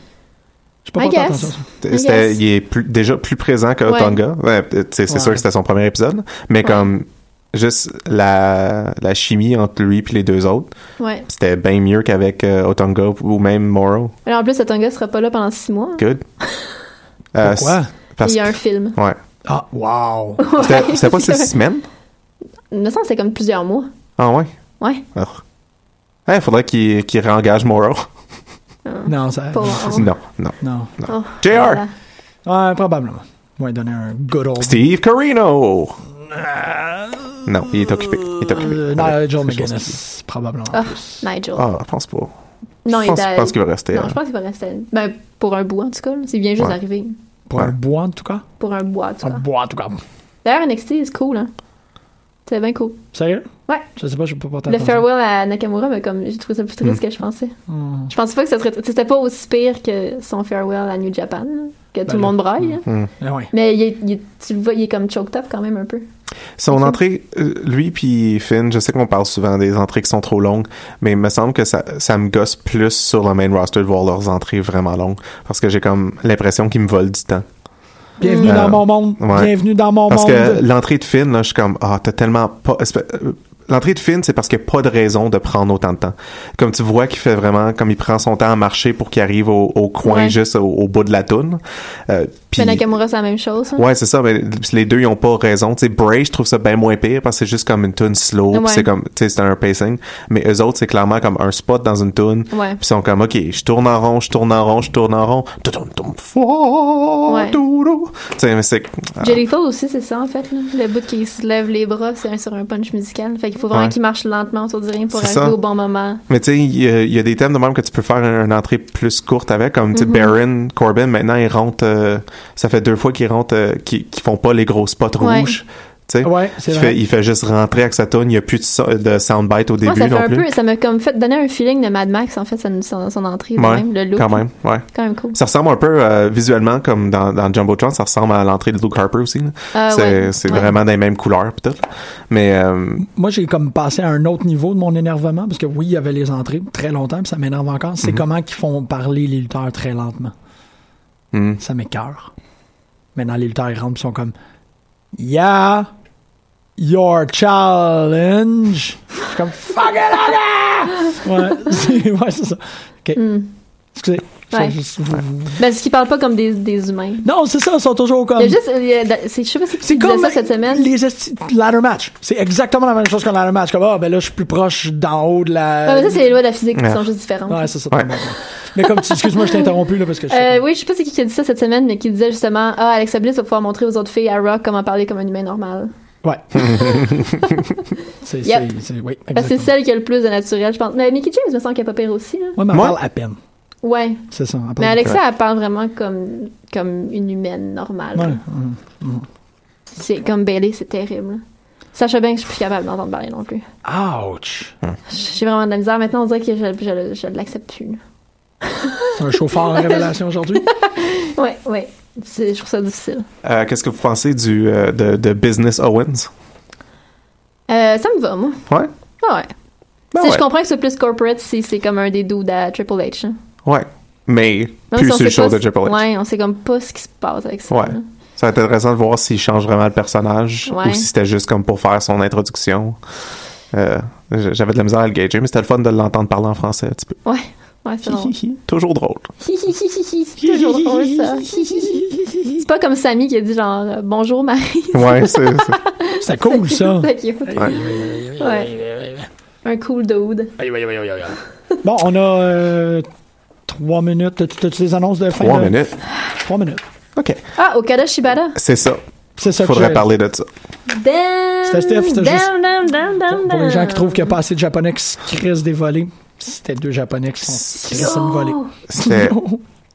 Speaker 5: Je peux pas
Speaker 6: I
Speaker 5: porter
Speaker 6: guess.
Speaker 5: attention à ça.
Speaker 6: I
Speaker 7: C'était-
Speaker 6: guess.
Speaker 7: il est plus- déjà plus présent que
Speaker 6: Ouais.
Speaker 7: Tonga. Ouais, tu sais, c'est
Speaker 5: Ouais.
Speaker 7: sûr que c'était son premier épisode, mais comme juste la, la chimie entre lui et les deux autres,
Speaker 6: Ouais.
Speaker 7: c'était bien mieux qu'avec euh, Otonga ou même Morrow.
Speaker 6: Mais en plus, cet gars sera pas là pendant six mois.
Speaker 7: Good. Euh,
Speaker 5: Pourquoi?
Speaker 7: c'est- parce
Speaker 6: Il y a un
Speaker 7: que-
Speaker 6: film.
Speaker 7: Ouais.
Speaker 5: Ah, wow.
Speaker 7: C'était c'était pas
Speaker 6: c'est
Speaker 7: six
Speaker 6: vrai.
Speaker 7: semaines?
Speaker 6: Il me semble que c'est comme plusieurs mois.
Speaker 7: Ah ouais?
Speaker 6: Ouais.
Speaker 7: Il faudrait qu'il qu'il réengage Morrow.
Speaker 5: Non, ça.
Speaker 6: Pas
Speaker 7: non, non.
Speaker 5: Non.
Speaker 6: Oh,
Speaker 7: JR!
Speaker 6: voilà.
Speaker 5: Ouais, probablement. Ouais, donner un good old.
Speaker 7: Steve Carino! Non, il est occupé. Il est occupé. Ouais,
Speaker 5: Euh, Nigel
Speaker 7: c'est chose
Speaker 5: McGuinness, probablement.
Speaker 6: Ah, Nigel.
Speaker 7: Ah, je pense pas.
Speaker 6: Non,
Speaker 7: je
Speaker 6: il
Speaker 7: pense,
Speaker 6: est à-
Speaker 7: je pense qu'il va rester.
Speaker 6: Non,
Speaker 7: hein.
Speaker 6: je pense qu'il va rester. à- Ben, pour un bout, en tout cas. là. C'est bien juste
Speaker 7: Ouais.
Speaker 6: arrivé.
Speaker 5: Pour un bois, en tout cas.
Speaker 6: Pour un bois, en tout
Speaker 5: Un
Speaker 6: cas.
Speaker 5: bois, en tout cas.
Speaker 6: D'ailleurs, NXT, c'est cool, hein. C'est bien cool.
Speaker 5: Sérieux?
Speaker 6: Ouais.
Speaker 5: Je sais pas, je peux pas
Speaker 6: Le
Speaker 5: t'attendre.
Speaker 6: farewell à Nakamura, mais comme j'ai trouvé ça plus triste
Speaker 5: Mm.
Speaker 6: que je pensais.
Speaker 5: Hmm.
Speaker 6: Je pensais pas que ça serait. C'était pas aussi pire que son farewell à New Japan, là,
Speaker 5: Ben,
Speaker 6: que tout le monde braille. hein. là.
Speaker 5: Eh ouais.
Speaker 6: Mais il est- il est- tu le vois, il est comme choked up quand même un peu.
Speaker 7: Son entrée, euh, lui puis Finn, je sais qu'on parle souvent des entrées qui sont trop longues, mais il me semble que ça, ça me gosse plus sur le main roster de voir leurs entrées vraiment longues parce que j'ai comme l'impression qu'ils me volent du temps.
Speaker 5: Bienvenue
Speaker 7: Euh,
Speaker 5: dans mon monde.
Speaker 7: ouais.
Speaker 5: Bienvenue dans mon
Speaker 7: parce
Speaker 5: monde.
Speaker 7: que l'entrée de Finn, là, je suis comme, ah, t'as tellement pas. esp- euh, L'entrée de Finn, c'est parce qu'il n'y a pas de raison de prendre autant de temps. Comme tu vois qu'il fait vraiment, comme il prend son temps à marcher pour qu'il arrive au, au coin
Speaker 6: Ouais.
Speaker 7: juste au, au bout de la toune. Euh, puis-
Speaker 6: Mais Nakamura, c'est la même chose. hein.
Speaker 7: Ouais, c'est ça, mais les deux, ils ont pas raison. Tu sais, Bray, je trouve ça bien moins pire parce que c'est juste comme une tune slow, puis
Speaker 6: Ouais.
Speaker 7: c'est comme, tu sais, c'est un pacing. Mais eux autres, c'est clairement comme un spot dans une tune.
Speaker 6: Ouais.
Speaker 7: Puis ils sont comme, OK, je tourne en rond, je tourne en rond, je tourne en rond. Toutoum, toutoum, fou,
Speaker 6: Ouais.
Speaker 7: tourou. Tu sais, mais c'est. ah.
Speaker 6: Jellicle aussi, c'est ça en fait. là. Le bout qui se lève les bras, c'est un sur un punch musical. Fait qu'il faut vraiment
Speaker 7: Ouais.
Speaker 6: qu'il marche lentement autour du ring pour
Speaker 7: C'est
Speaker 6: arriver
Speaker 7: ça.
Speaker 6: au bon moment.
Speaker 7: Mais tu sais, il y, a- il y a des thèmes de même que tu peux faire un- une entrée plus courte avec, comme tu sais,
Speaker 6: Mhm.
Speaker 7: Baron, Corbin, maintenant, ils rentrent, euh, ça fait deux fois qu'ils rentrent, euh, qu'ils qu'ils font pas les gros spots
Speaker 6: Ouais.
Speaker 7: rouges. Tu sais,
Speaker 5: c'est
Speaker 7: il,
Speaker 5: vrai.
Speaker 7: fait, il fait juste rentrer avec sa tune, il n'y a plus de, so- de soundbite au
Speaker 6: Moi,
Speaker 7: début
Speaker 6: ça fait
Speaker 7: non
Speaker 6: un
Speaker 7: plus.
Speaker 6: peu, ça m'a comme fait donner un feeling de Mad Max en fait, son, son, son entrée, de
Speaker 7: Ouais,
Speaker 6: même, le look.
Speaker 7: quand même, ouais.
Speaker 6: Quand même cool.
Speaker 7: Ça ressemble un peu euh, visuellement, comme dans, dans Jumbotron, ça ressemble à l'entrée de Luke Harper aussi. là.
Speaker 5: Ah,
Speaker 7: c'est
Speaker 5: ouais,
Speaker 7: c'est
Speaker 5: ouais.
Speaker 7: vraiment dans les mêmes couleurs, pis tout. Mais euh,
Speaker 5: Moi, j'ai comme passé à un autre niveau de mon énervement parce que oui, il y avait les entrées très longtemps, puis ça m'énerve encore. C'est
Speaker 7: Mhm.
Speaker 5: comment qu'ils font parler les lutteurs très lentement.
Speaker 7: hmm.
Speaker 5: Ça m'écœure. Maintenant, les lutteurs, ils rentrent, ils sont comme Yeah, your challenge. Je suis comme Fuck it, Anna! Ouais, c'est ouais, c'est ça. Ok. Excusez. Ils sont
Speaker 6: Mm. Ouais.
Speaker 5: juste- vous- vous-
Speaker 6: Ben, parce qu'il parle pas comme des, des humains.
Speaker 5: Non, c'est ça, ils sont toujours
Speaker 6: Il
Speaker 5: comme.
Speaker 6: y
Speaker 7: Um,
Speaker 6: a juste. il y a- c'est- je sais pas si tu disais ça cette semaine.
Speaker 5: Les esti- ladder match. C'est exactement la même chose qu'un ladder match. Comme, ah, ben là, je suis plus proche d'en haut de la.
Speaker 6: Ouais, Ah, mais ça, c'est les lois de la physique qui
Speaker 5: Ouais.
Speaker 6: sont juste différentes.
Speaker 5: Ouais, c'est ça. t'as raison. Mais comme tu. Excuse-moi, je t'ai interrompu, là, parce que je.
Speaker 6: Euh, oui, je sais pas c'est qui qui a dit ça cette semaine, mais qui disait justement Ah, Alexa Bliss va pouvoir montrer aux autres filles à Rock comment parler comme un humain normal.
Speaker 5: Ouais. c'est.
Speaker 6: Yep.
Speaker 5: c'est- c'est- Oui,
Speaker 6: Parce que c'est
Speaker 5: exactement.
Speaker 6: celle qui a le plus de naturel, je pense. Mais Mickey James me semble qu'elle est pas pire aussi. Là.
Speaker 5: Ouais, mais elle parle à peine.
Speaker 6: Ouais.
Speaker 5: C'est ça. elle parle
Speaker 6: Mais
Speaker 5: à
Speaker 6: Alexa,
Speaker 5: peine.
Speaker 6: elle parle vraiment comme, comme une humaine normale.
Speaker 5: Ouais.
Speaker 6: là. C'est comme Bailey, c'est terrible. là. Sacha Banks, je suis plus capable d'entendre parler non plus.
Speaker 5: Ouch!
Speaker 6: J'ai vraiment de la misère. Maintenant, on dirait que je, je, je l'accepte plus. là.
Speaker 5: C'est un chauffeur en révélation aujourd'hui.
Speaker 6: Ouais, ouais. C'est- Je trouve ça difficile.
Speaker 7: euh, qu'est-ce que vous pensez du euh, de, de Business Owens?
Speaker 6: Euh, ça me va, moi.
Speaker 7: Ouais?
Speaker 6: Ah ouais.
Speaker 7: Ben
Speaker 6: Tu sais,
Speaker 7: ouais.
Speaker 6: Je comprends que c'est plus corporate si c'est comme un des dudes à Triple H. hein.
Speaker 7: Ouais. Mais
Speaker 6: Même
Speaker 7: plus
Speaker 6: si on
Speaker 7: sur le
Speaker 6: sait
Speaker 7: show
Speaker 6: pas
Speaker 7: de
Speaker 6: si-
Speaker 7: Triple H.
Speaker 6: Ouais, on sait comme pas ce qui se passe avec ça.
Speaker 7: Ouais.
Speaker 6: là.
Speaker 7: Ça va être intéressant de voir s'il change vraiment le personnage
Speaker 6: Ouais.
Speaker 7: ou si c'était juste comme pour faire son introduction. Euh, j- J'avais de la misère à le gager, mais c'était le fun de l'entendre parler en français un petit peu.
Speaker 6: Ouais, ouais, c'est drôle.
Speaker 7: Toujours drôle.
Speaker 6: c'est toujours drôle, ça. c'est pas comme Samy qui a dit genre euh, bonjour Marie.
Speaker 7: Ouais, c'est. c'est-
Speaker 5: C'est cool, ça.
Speaker 6: C'est cute.
Speaker 7: Ouais.
Speaker 6: Ouais. Un cool dude.
Speaker 5: Bon, on a euh, trois minutes. T'as- T'as-tu des annonces de fin?
Speaker 7: Trois
Speaker 5: de-
Speaker 7: minutes.
Speaker 5: Trois minutes.
Speaker 7: OK.
Speaker 6: Ah, Okada Shibata.
Speaker 7: C'est ça.
Speaker 5: C'est ça que
Speaker 7: Faudrait
Speaker 5: j'ai-
Speaker 7: parler de ça.
Speaker 6: Damn.
Speaker 5: C'était Steph, c'était juste-
Speaker 6: Damn, damn, damn, damn,
Speaker 5: Pour les gens qui
Speaker 6: damn.
Speaker 5: trouvent qu'il n'y a pas assez de japonais qui se crissent des volets, c'était deux japonais qui sont crissent une volée.
Speaker 7: C'était.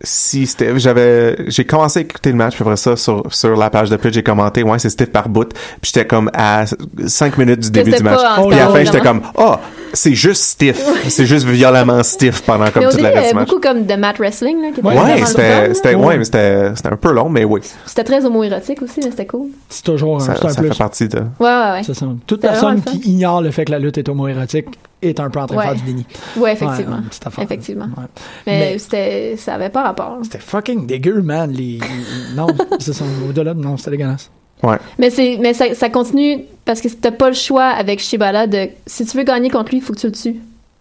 Speaker 7: Si Steve, j'avais, j'ai commencé à écouter le match, puis après ça, sur, sur la page de Pitch, j'ai commenté, ouais, c'est Steve par bout, puis j'étais comme à 5 minutes du début
Speaker 6: c'était
Speaker 7: du match.
Speaker 6: pas en
Speaker 7: Puis à la
Speaker 6: temps,
Speaker 7: fin, j'étais
Speaker 6: évidemment.
Speaker 7: comme, ah, c'est juste Steve. c'est juste violemment Steve pendant comme
Speaker 6: Mais au
Speaker 7: toute
Speaker 6: début,
Speaker 7: la
Speaker 6: il y
Speaker 7: reste
Speaker 6: avait
Speaker 7: du match.
Speaker 6: beaucoup comme de mat wrestling. Là, qui était vraiment
Speaker 7: Ouais,
Speaker 6: le
Speaker 7: c'était,
Speaker 6: fun.
Speaker 7: c'était, ouais, mais c'était, c'était un peu long, mais oui.
Speaker 6: C'était très homo-érotique aussi, mais c'était cool.
Speaker 5: C'est toujours un,
Speaker 7: Ça,
Speaker 5: c'est un
Speaker 7: ça
Speaker 5: plus.
Speaker 7: fait partie de.
Speaker 6: Ouais, ouais, ouais.
Speaker 5: C'est ça. Toute
Speaker 6: C'est vraiment
Speaker 5: personne
Speaker 6: le fun.
Speaker 5: qui ignore le fait que la lutte est homo-érotique est un peu en train
Speaker 6: Ouais.
Speaker 5: de faire du déni.
Speaker 6: Ouais, effectivement.
Speaker 5: Ouais, ouais, petite affaire.
Speaker 6: effectivement.
Speaker 5: Ouais.
Speaker 6: Mais,
Speaker 5: Mais-
Speaker 6: c'était, ça avait pas rapport.
Speaker 5: C'était fucking dégueu, man. Les... non, c'est ça. Au-delà de non, c'était dégueulasse.
Speaker 7: Ouais.
Speaker 6: Mais c'est, mais ça, ça continue parce que t'as pas le choix avec Shibala de, si tu veux gagner contre lui, il faut que tu le tues.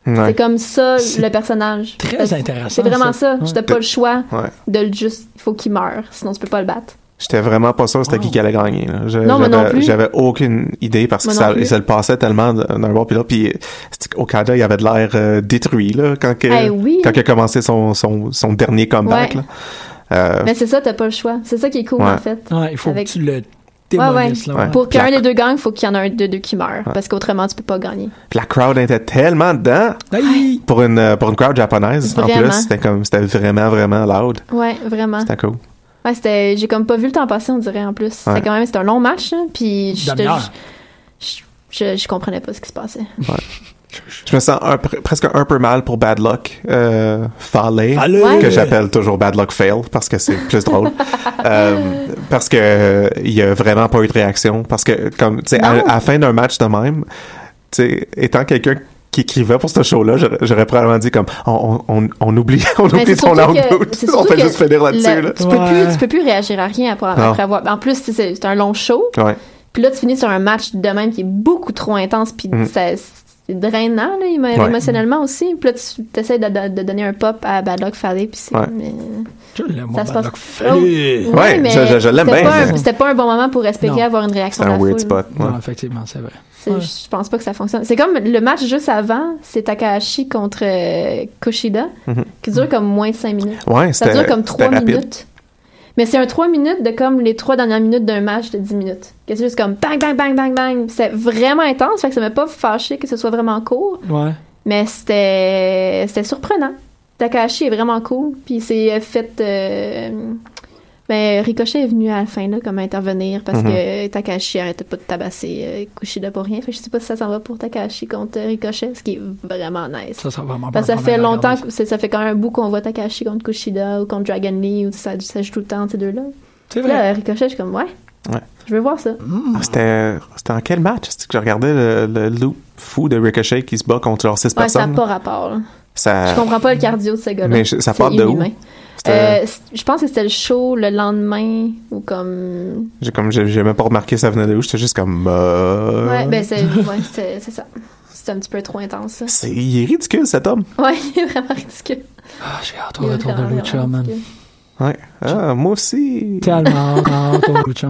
Speaker 6: C'est comme ça
Speaker 5: C'est
Speaker 6: le personnage.
Speaker 5: très
Speaker 6: Parce-
Speaker 5: intéressant,
Speaker 6: C'est vraiment
Speaker 5: ça.
Speaker 6: ça.
Speaker 5: Ouais.
Speaker 6: T'as pas le choix
Speaker 7: Ouais.
Speaker 6: de le juste, il faut qu'il meure, sinon tu peux pas le battre.
Speaker 7: J'étais vraiment pas sûr c'était qui qui allait gagner. là. Je-
Speaker 6: Oh. Non, moi non
Speaker 7: J'avais
Speaker 6: plus.
Speaker 7: j'avais aucune idée parce que
Speaker 6: Moi
Speaker 7: ça,
Speaker 6: non plus.
Speaker 7: ça le passait tellement d'un bord puis l'autre. Puis euh, c'était- Okada, il avait de l'air euh, détruit là, quand, que,
Speaker 6: Eh oui.
Speaker 7: quand il a commencé son, son, son dernier comeback.
Speaker 6: Ouais.
Speaker 7: là. Euh,
Speaker 6: Mais c'est ça, t'as pas le choix. C'est ça qui est cool
Speaker 7: Ouais.
Speaker 6: en fait.
Speaker 5: Ouais, il faut
Speaker 6: Avec-
Speaker 5: que tu le démolissent. là, ouais.
Speaker 6: Pour
Speaker 7: Puis la-
Speaker 6: qu'un des deux gagne, il faut qu'il y en ait un des deux qui meure.
Speaker 7: Ouais.
Speaker 6: Parce qu'autrement, tu peux pas gagner.
Speaker 7: Puis la crowd était tellement dedans. Pour une, euh, pour une crowd japonaise, en
Speaker 6: Vraiment. Ah.
Speaker 7: plus, c'était comme c'était vraiment, vraiment loud.
Speaker 6: Ouais, vraiment.
Speaker 7: C'était cool.
Speaker 6: Ouais, c'était. J'ai comme pas vu le temps passer, on dirait, en plus. C'était
Speaker 7: Ouais.
Speaker 6: quand même. C'était un long match, hein, Puis je, je,
Speaker 7: Demi-heure.
Speaker 6: je- je- je comprenais pas ce qui se passait.
Speaker 7: Ouais. Je me sens un- pre- presque un peu mal pour Bad Luck euh, Fale,
Speaker 6: Fale.
Speaker 7: que j'appelle toujours Bad Luck Fail parce que c'est plus drôle. Euh, parce que euh, il y a vraiment pas eu de réaction. Parce que, comme, tu sais, à,
Speaker 2: Non.
Speaker 7: à la fin d'un match de même, tu sais, étant quelqu'un qui écrivait pour ce show-là, j'aurais- j'aurais probablement dit comme on, on, on- on oublie, on
Speaker 6: Mais
Speaker 7: oublie
Speaker 6: c'est
Speaker 7: ton
Speaker 6: surtout
Speaker 7: langue,
Speaker 6: que-
Speaker 7: dude.
Speaker 6: c'est
Speaker 7: on
Speaker 6: surtout
Speaker 7: fait
Speaker 6: que
Speaker 7: juste finir là-dessus.
Speaker 6: le-
Speaker 7: là. Ah.
Speaker 6: Tu, peux plus, tu peux plus réagir à rien après,
Speaker 7: Non.
Speaker 6: après avoir. En plus, tu sais, c'est c'est un long show.
Speaker 7: Ouais.
Speaker 6: Puis là, tu finis sur un match de même qui est beaucoup trop intense, puis
Speaker 7: Mm.
Speaker 6: ça- c'est drainant là, émo-
Speaker 7: Ouais.
Speaker 6: émotionnellement aussi. Puis là, tu essaies de, de- de donner un pop à Bad Luck Falley, puis c'est... euh,
Speaker 7: Ouais.
Speaker 6: mais-
Speaker 5: moi, Bad Luck Falley.
Speaker 6: Oh,
Speaker 7: Ouais,
Speaker 6: mais
Speaker 7: je- je- je l'aime
Speaker 6: c'était
Speaker 7: bien,
Speaker 6: pas un-
Speaker 7: mais-
Speaker 6: C'était pas un bon moment pour espérer
Speaker 7: Non.
Speaker 6: avoir une réaction
Speaker 7: C'est
Speaker 6: de la
Speaker 7: un weird
Speaker 6: foule.
Speaker 7: spot. ouais.
Speaker 5: Non, effectivement, c'est vrai.
Speaker 6: C'est- Je pense pas que ça fonctionne. C'est comme le match juste avant, c'est Takahashi contre euh, Kushida,
Speaker 7: Mhm.
Speaker 6: qui dure comme moins de 5 minutes.
Speaker 7: Ouais,
Speaker 6: ça
Speaker 7: c'était-
Speaker 6: dure comme 3
Speaker 7: c'était rapide.
Speaker 6: minutes. Mais c'est un 3 minutes de comme les 3 dernières minutes d'un match de 10 minutes. Que c'est juste comme bang, bang, bang, bang, bang. C'est vraiment intense, fait que ça m'a pas fâché que ce soit vraiment court.
Speaker 5: Ouais.
Speaker 6: Mais c'était c'était surprenant. Takahashi est vraiment cool. Puis c'est fait. euh, mais Ricochet est venu à la fin là, comme intervenir parce
Speaker 7: Mm-hmm.
Speaker 6: que Takahashi arrêtait pas de tabasser euh, Kushida pour rien. Fait que je sais pas si ça s'en va pour Takahashi contre Ricochet, ce qui est vraiment nice.
Speaker 5: Ça, ça va vraiment
Speaker 6: Parce que
Speaker 5: pas
Speaker 6: ça fait
Speaker 5: mal à
Speaker 6: longtemps,
Speaker 5: regarder.
Speaker 6: que, c'est- ça fait quand même un bout qu'on voit Takahashi contre Kushida ou contre Dragon Lee, ou ça, ça joue tout le temps, ces deux-là.
Speaker 5: C'est
Speaker 7: vrai.
Speaker 6: Là, Ricochet, je suis comme, ouais,
Speaker 7: Ouais.
Speaker 6: je veux voir ça.
Speaker 7: Ah, C'était c'était en quel match? C'est que je regardais le, le loop fou de Ricochet qui se bat contre genre 6
Speaker 6: Ouais, ça
Speaker 7: personnes.
Speaker 6: n'a pas rapport. là.
Speaker 7: Ça-
Speaker 6: Je comprends pas le cardio de ce gars-là.
Speaker 7: Euh, Mais je- ça
Speaker 6: C'est
Speaker 7: part de où?
Speaker 6: inhumain.
Speaker 7: C'était-
Speaker 6: Euh, c- je pense que c'était le show le lendemain ou comme.
Speaker 7: J'ai comme j'ai j'ai même pas remarqué ça venait de où, j'étais juste comme euh,
Speaker 6: Ouais, ben c'est ouais, c'est- c'est ça. C'était un petit peu trop intense. ça.
Speaker 7: c'est- il est ridicule cet homme.
Speaker 6: Ouais, il est vraiment ridicule.
Speaker 5: Ah, j'ai hâte
Speaker 6: Il
Speaker 5: au
Speaker 6: est
Speaker 5: retour de
Speaker 6: vraiment,
Speaker 5: Lucha,
Speaker 6: vraiment
Speaker 5: man.
Speaker 6: ridicule.
Speaker 7: Ouais. Ah, moi aussi.
Speaker 5: Tellement hâte, hâte au Lucha.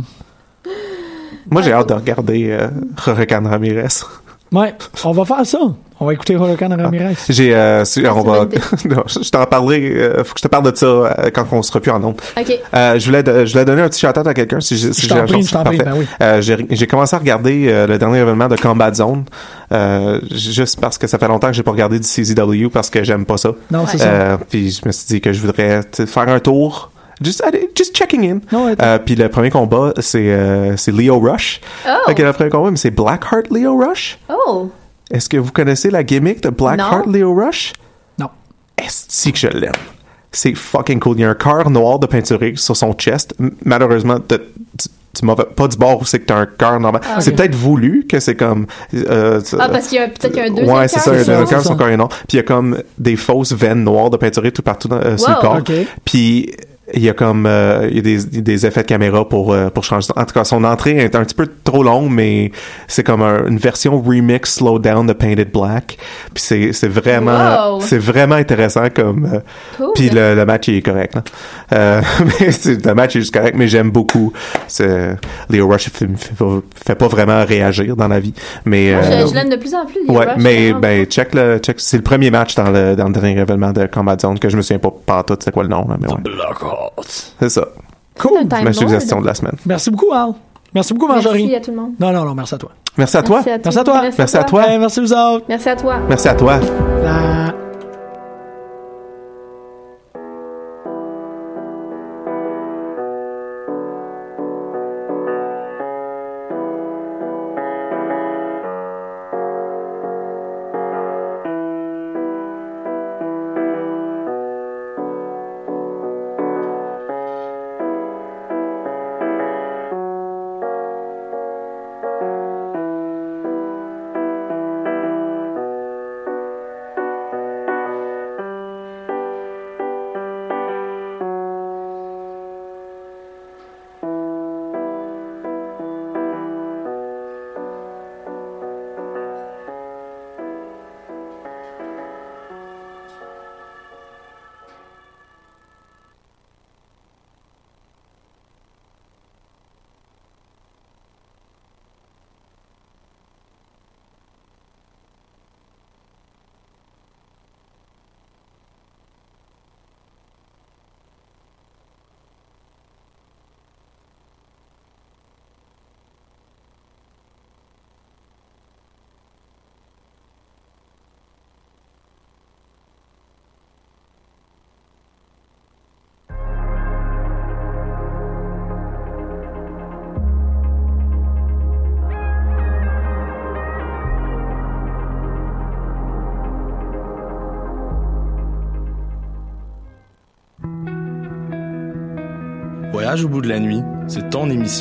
Speaker 7: Moi j'ai hâte de regarder euh, Hurricane Ramirez.
Speaker 5: Ouais, on va faire ça. On va écouter Hurricane Ramirez.
Speaker 7: J'ai euh, su- on va Non, je je t'en parlerai euh, faut que je te parle de ça euh, quand on sera plus en nombre.
Speaker 6: Ok.
Speaker 7: Euh, je voulais de- je voulais donner un petit shout-out à quelqu'un si j'ai si
Speaker 5: Je
Speaker 7: j'ai
Speaker 5: t'en
Speaker 7: la
Speaker 5: prie,
Speaker 7: chance.
Speaker 5: je t'en prie,
Speaker 7: Parfait.
Speaker 5: ben oui.
Speaker 7: Euh, j'ai j'ai commencé à regarder euh, le dernier événement de Combat Zone euh, j- juste parce que ça fait longtemps que j'ai pas regardé du CZW parce que j'aime pas ça.
Speaker 5: Non, c'est
Speaker 7: Euh, Puis je me suis dit que je voudrais tu sais, faire un tour. Just, allez, just checking in. Euh, puis le premier combat, c'est euh, c'est Leo Rush.
Speaker 6: Oh!
Speaker 7: Ok, le premier combat, mais c'est Blackheart Leo Rush.
Speaker 6: Oh!
Speaker 7: Est-ce que vous connaissez la gimmick de Blackheart
Speaker 6: Non.
Speaker 7: Leo Rush?
Speaker 5: Non.
Speaker 7: Est-ce que je l'aime? C'est fucking cool. Il y a un cœur noir de peinturé sur son chest. M- Malheureusement, de- du- du mauvais- pas du bord où c'est que t'as un cœur normal.
Speaker 6: Ah,
Speaker 7: C'est
Speaker 6: ok.
Speaker 7: peut-être voulu que c'est comme. euh,
Speaker 6: Ah, parce qu'il y a peut-être qu'il y a un deuxième.
Speaker 7: Ouais, c'est ça,
Speaker 6: cœur,
Speaker 7: un
Speaker 6: non?
Speaker 7: deuxième cœur, son corps est noir. Puis il y a comme des fausses veines noires de peinturé tout partout dans- euh, sur
Speaker 6: Wow.
Speaker 7: le corps.
Speaker 6: Ok.
Speaker 7: Puis il y a comme euh, il y a des, des effets de caméra pour, euh, pour changer. En tout cas, son entrée est un petit peu trop longue, mais c'est comme un- une version remix slowdown de Painted Black. Puis c'est c'est vraiment
Speaker 2: Wow.
Speaker 7: c'est vraiment intéressant comme. euh,
Speaker 2: Cool.
Speaker 7: Puis le, le match il est correct. là. Euh, mais c'est- le match est juste correct, mais j'aime beaucoup. c'est- Leo Rush fait, fait, fait pas vraiment réagir dans la vie, mais
Speaker 6: Moi, je-
Speaker 7: euh,
Speaker 6: je l'aime de plus en plus. Leo
Speaker 7: Ouais,
Speaker 6: Rush, Ah.
Speaker 7: mais
Speaker 6: vraiment.
Speaker 7: ben check le check c'est le premier match dans le dans le dernier événement de Combat Zone que je me souviens pas partout c'est quoi le nom là, mais ouais. C'est ça.
Speaker 5: Cool.
Speaker 7: C'est ma suggestion de la semaine.
Speaker 5: Merci beaucoup, Al. Merci beaucoup, Marjorie.
Speaker 6: Merci à tout le monde.
Speaker 5: Non, non, non, merci à toi.
Speaker 7: Merci à toi.
Speaker 5: Merci à toi.
Speaker 7: Merci à toi.
Speaker 5: Eh, Merci aux autres.
Speaker 6: Merci à toi.
Speaker 7: Merci à toi.
Speaker 5: La-
Speaker 9: Rage au bout de la nuit, c'est ton émission.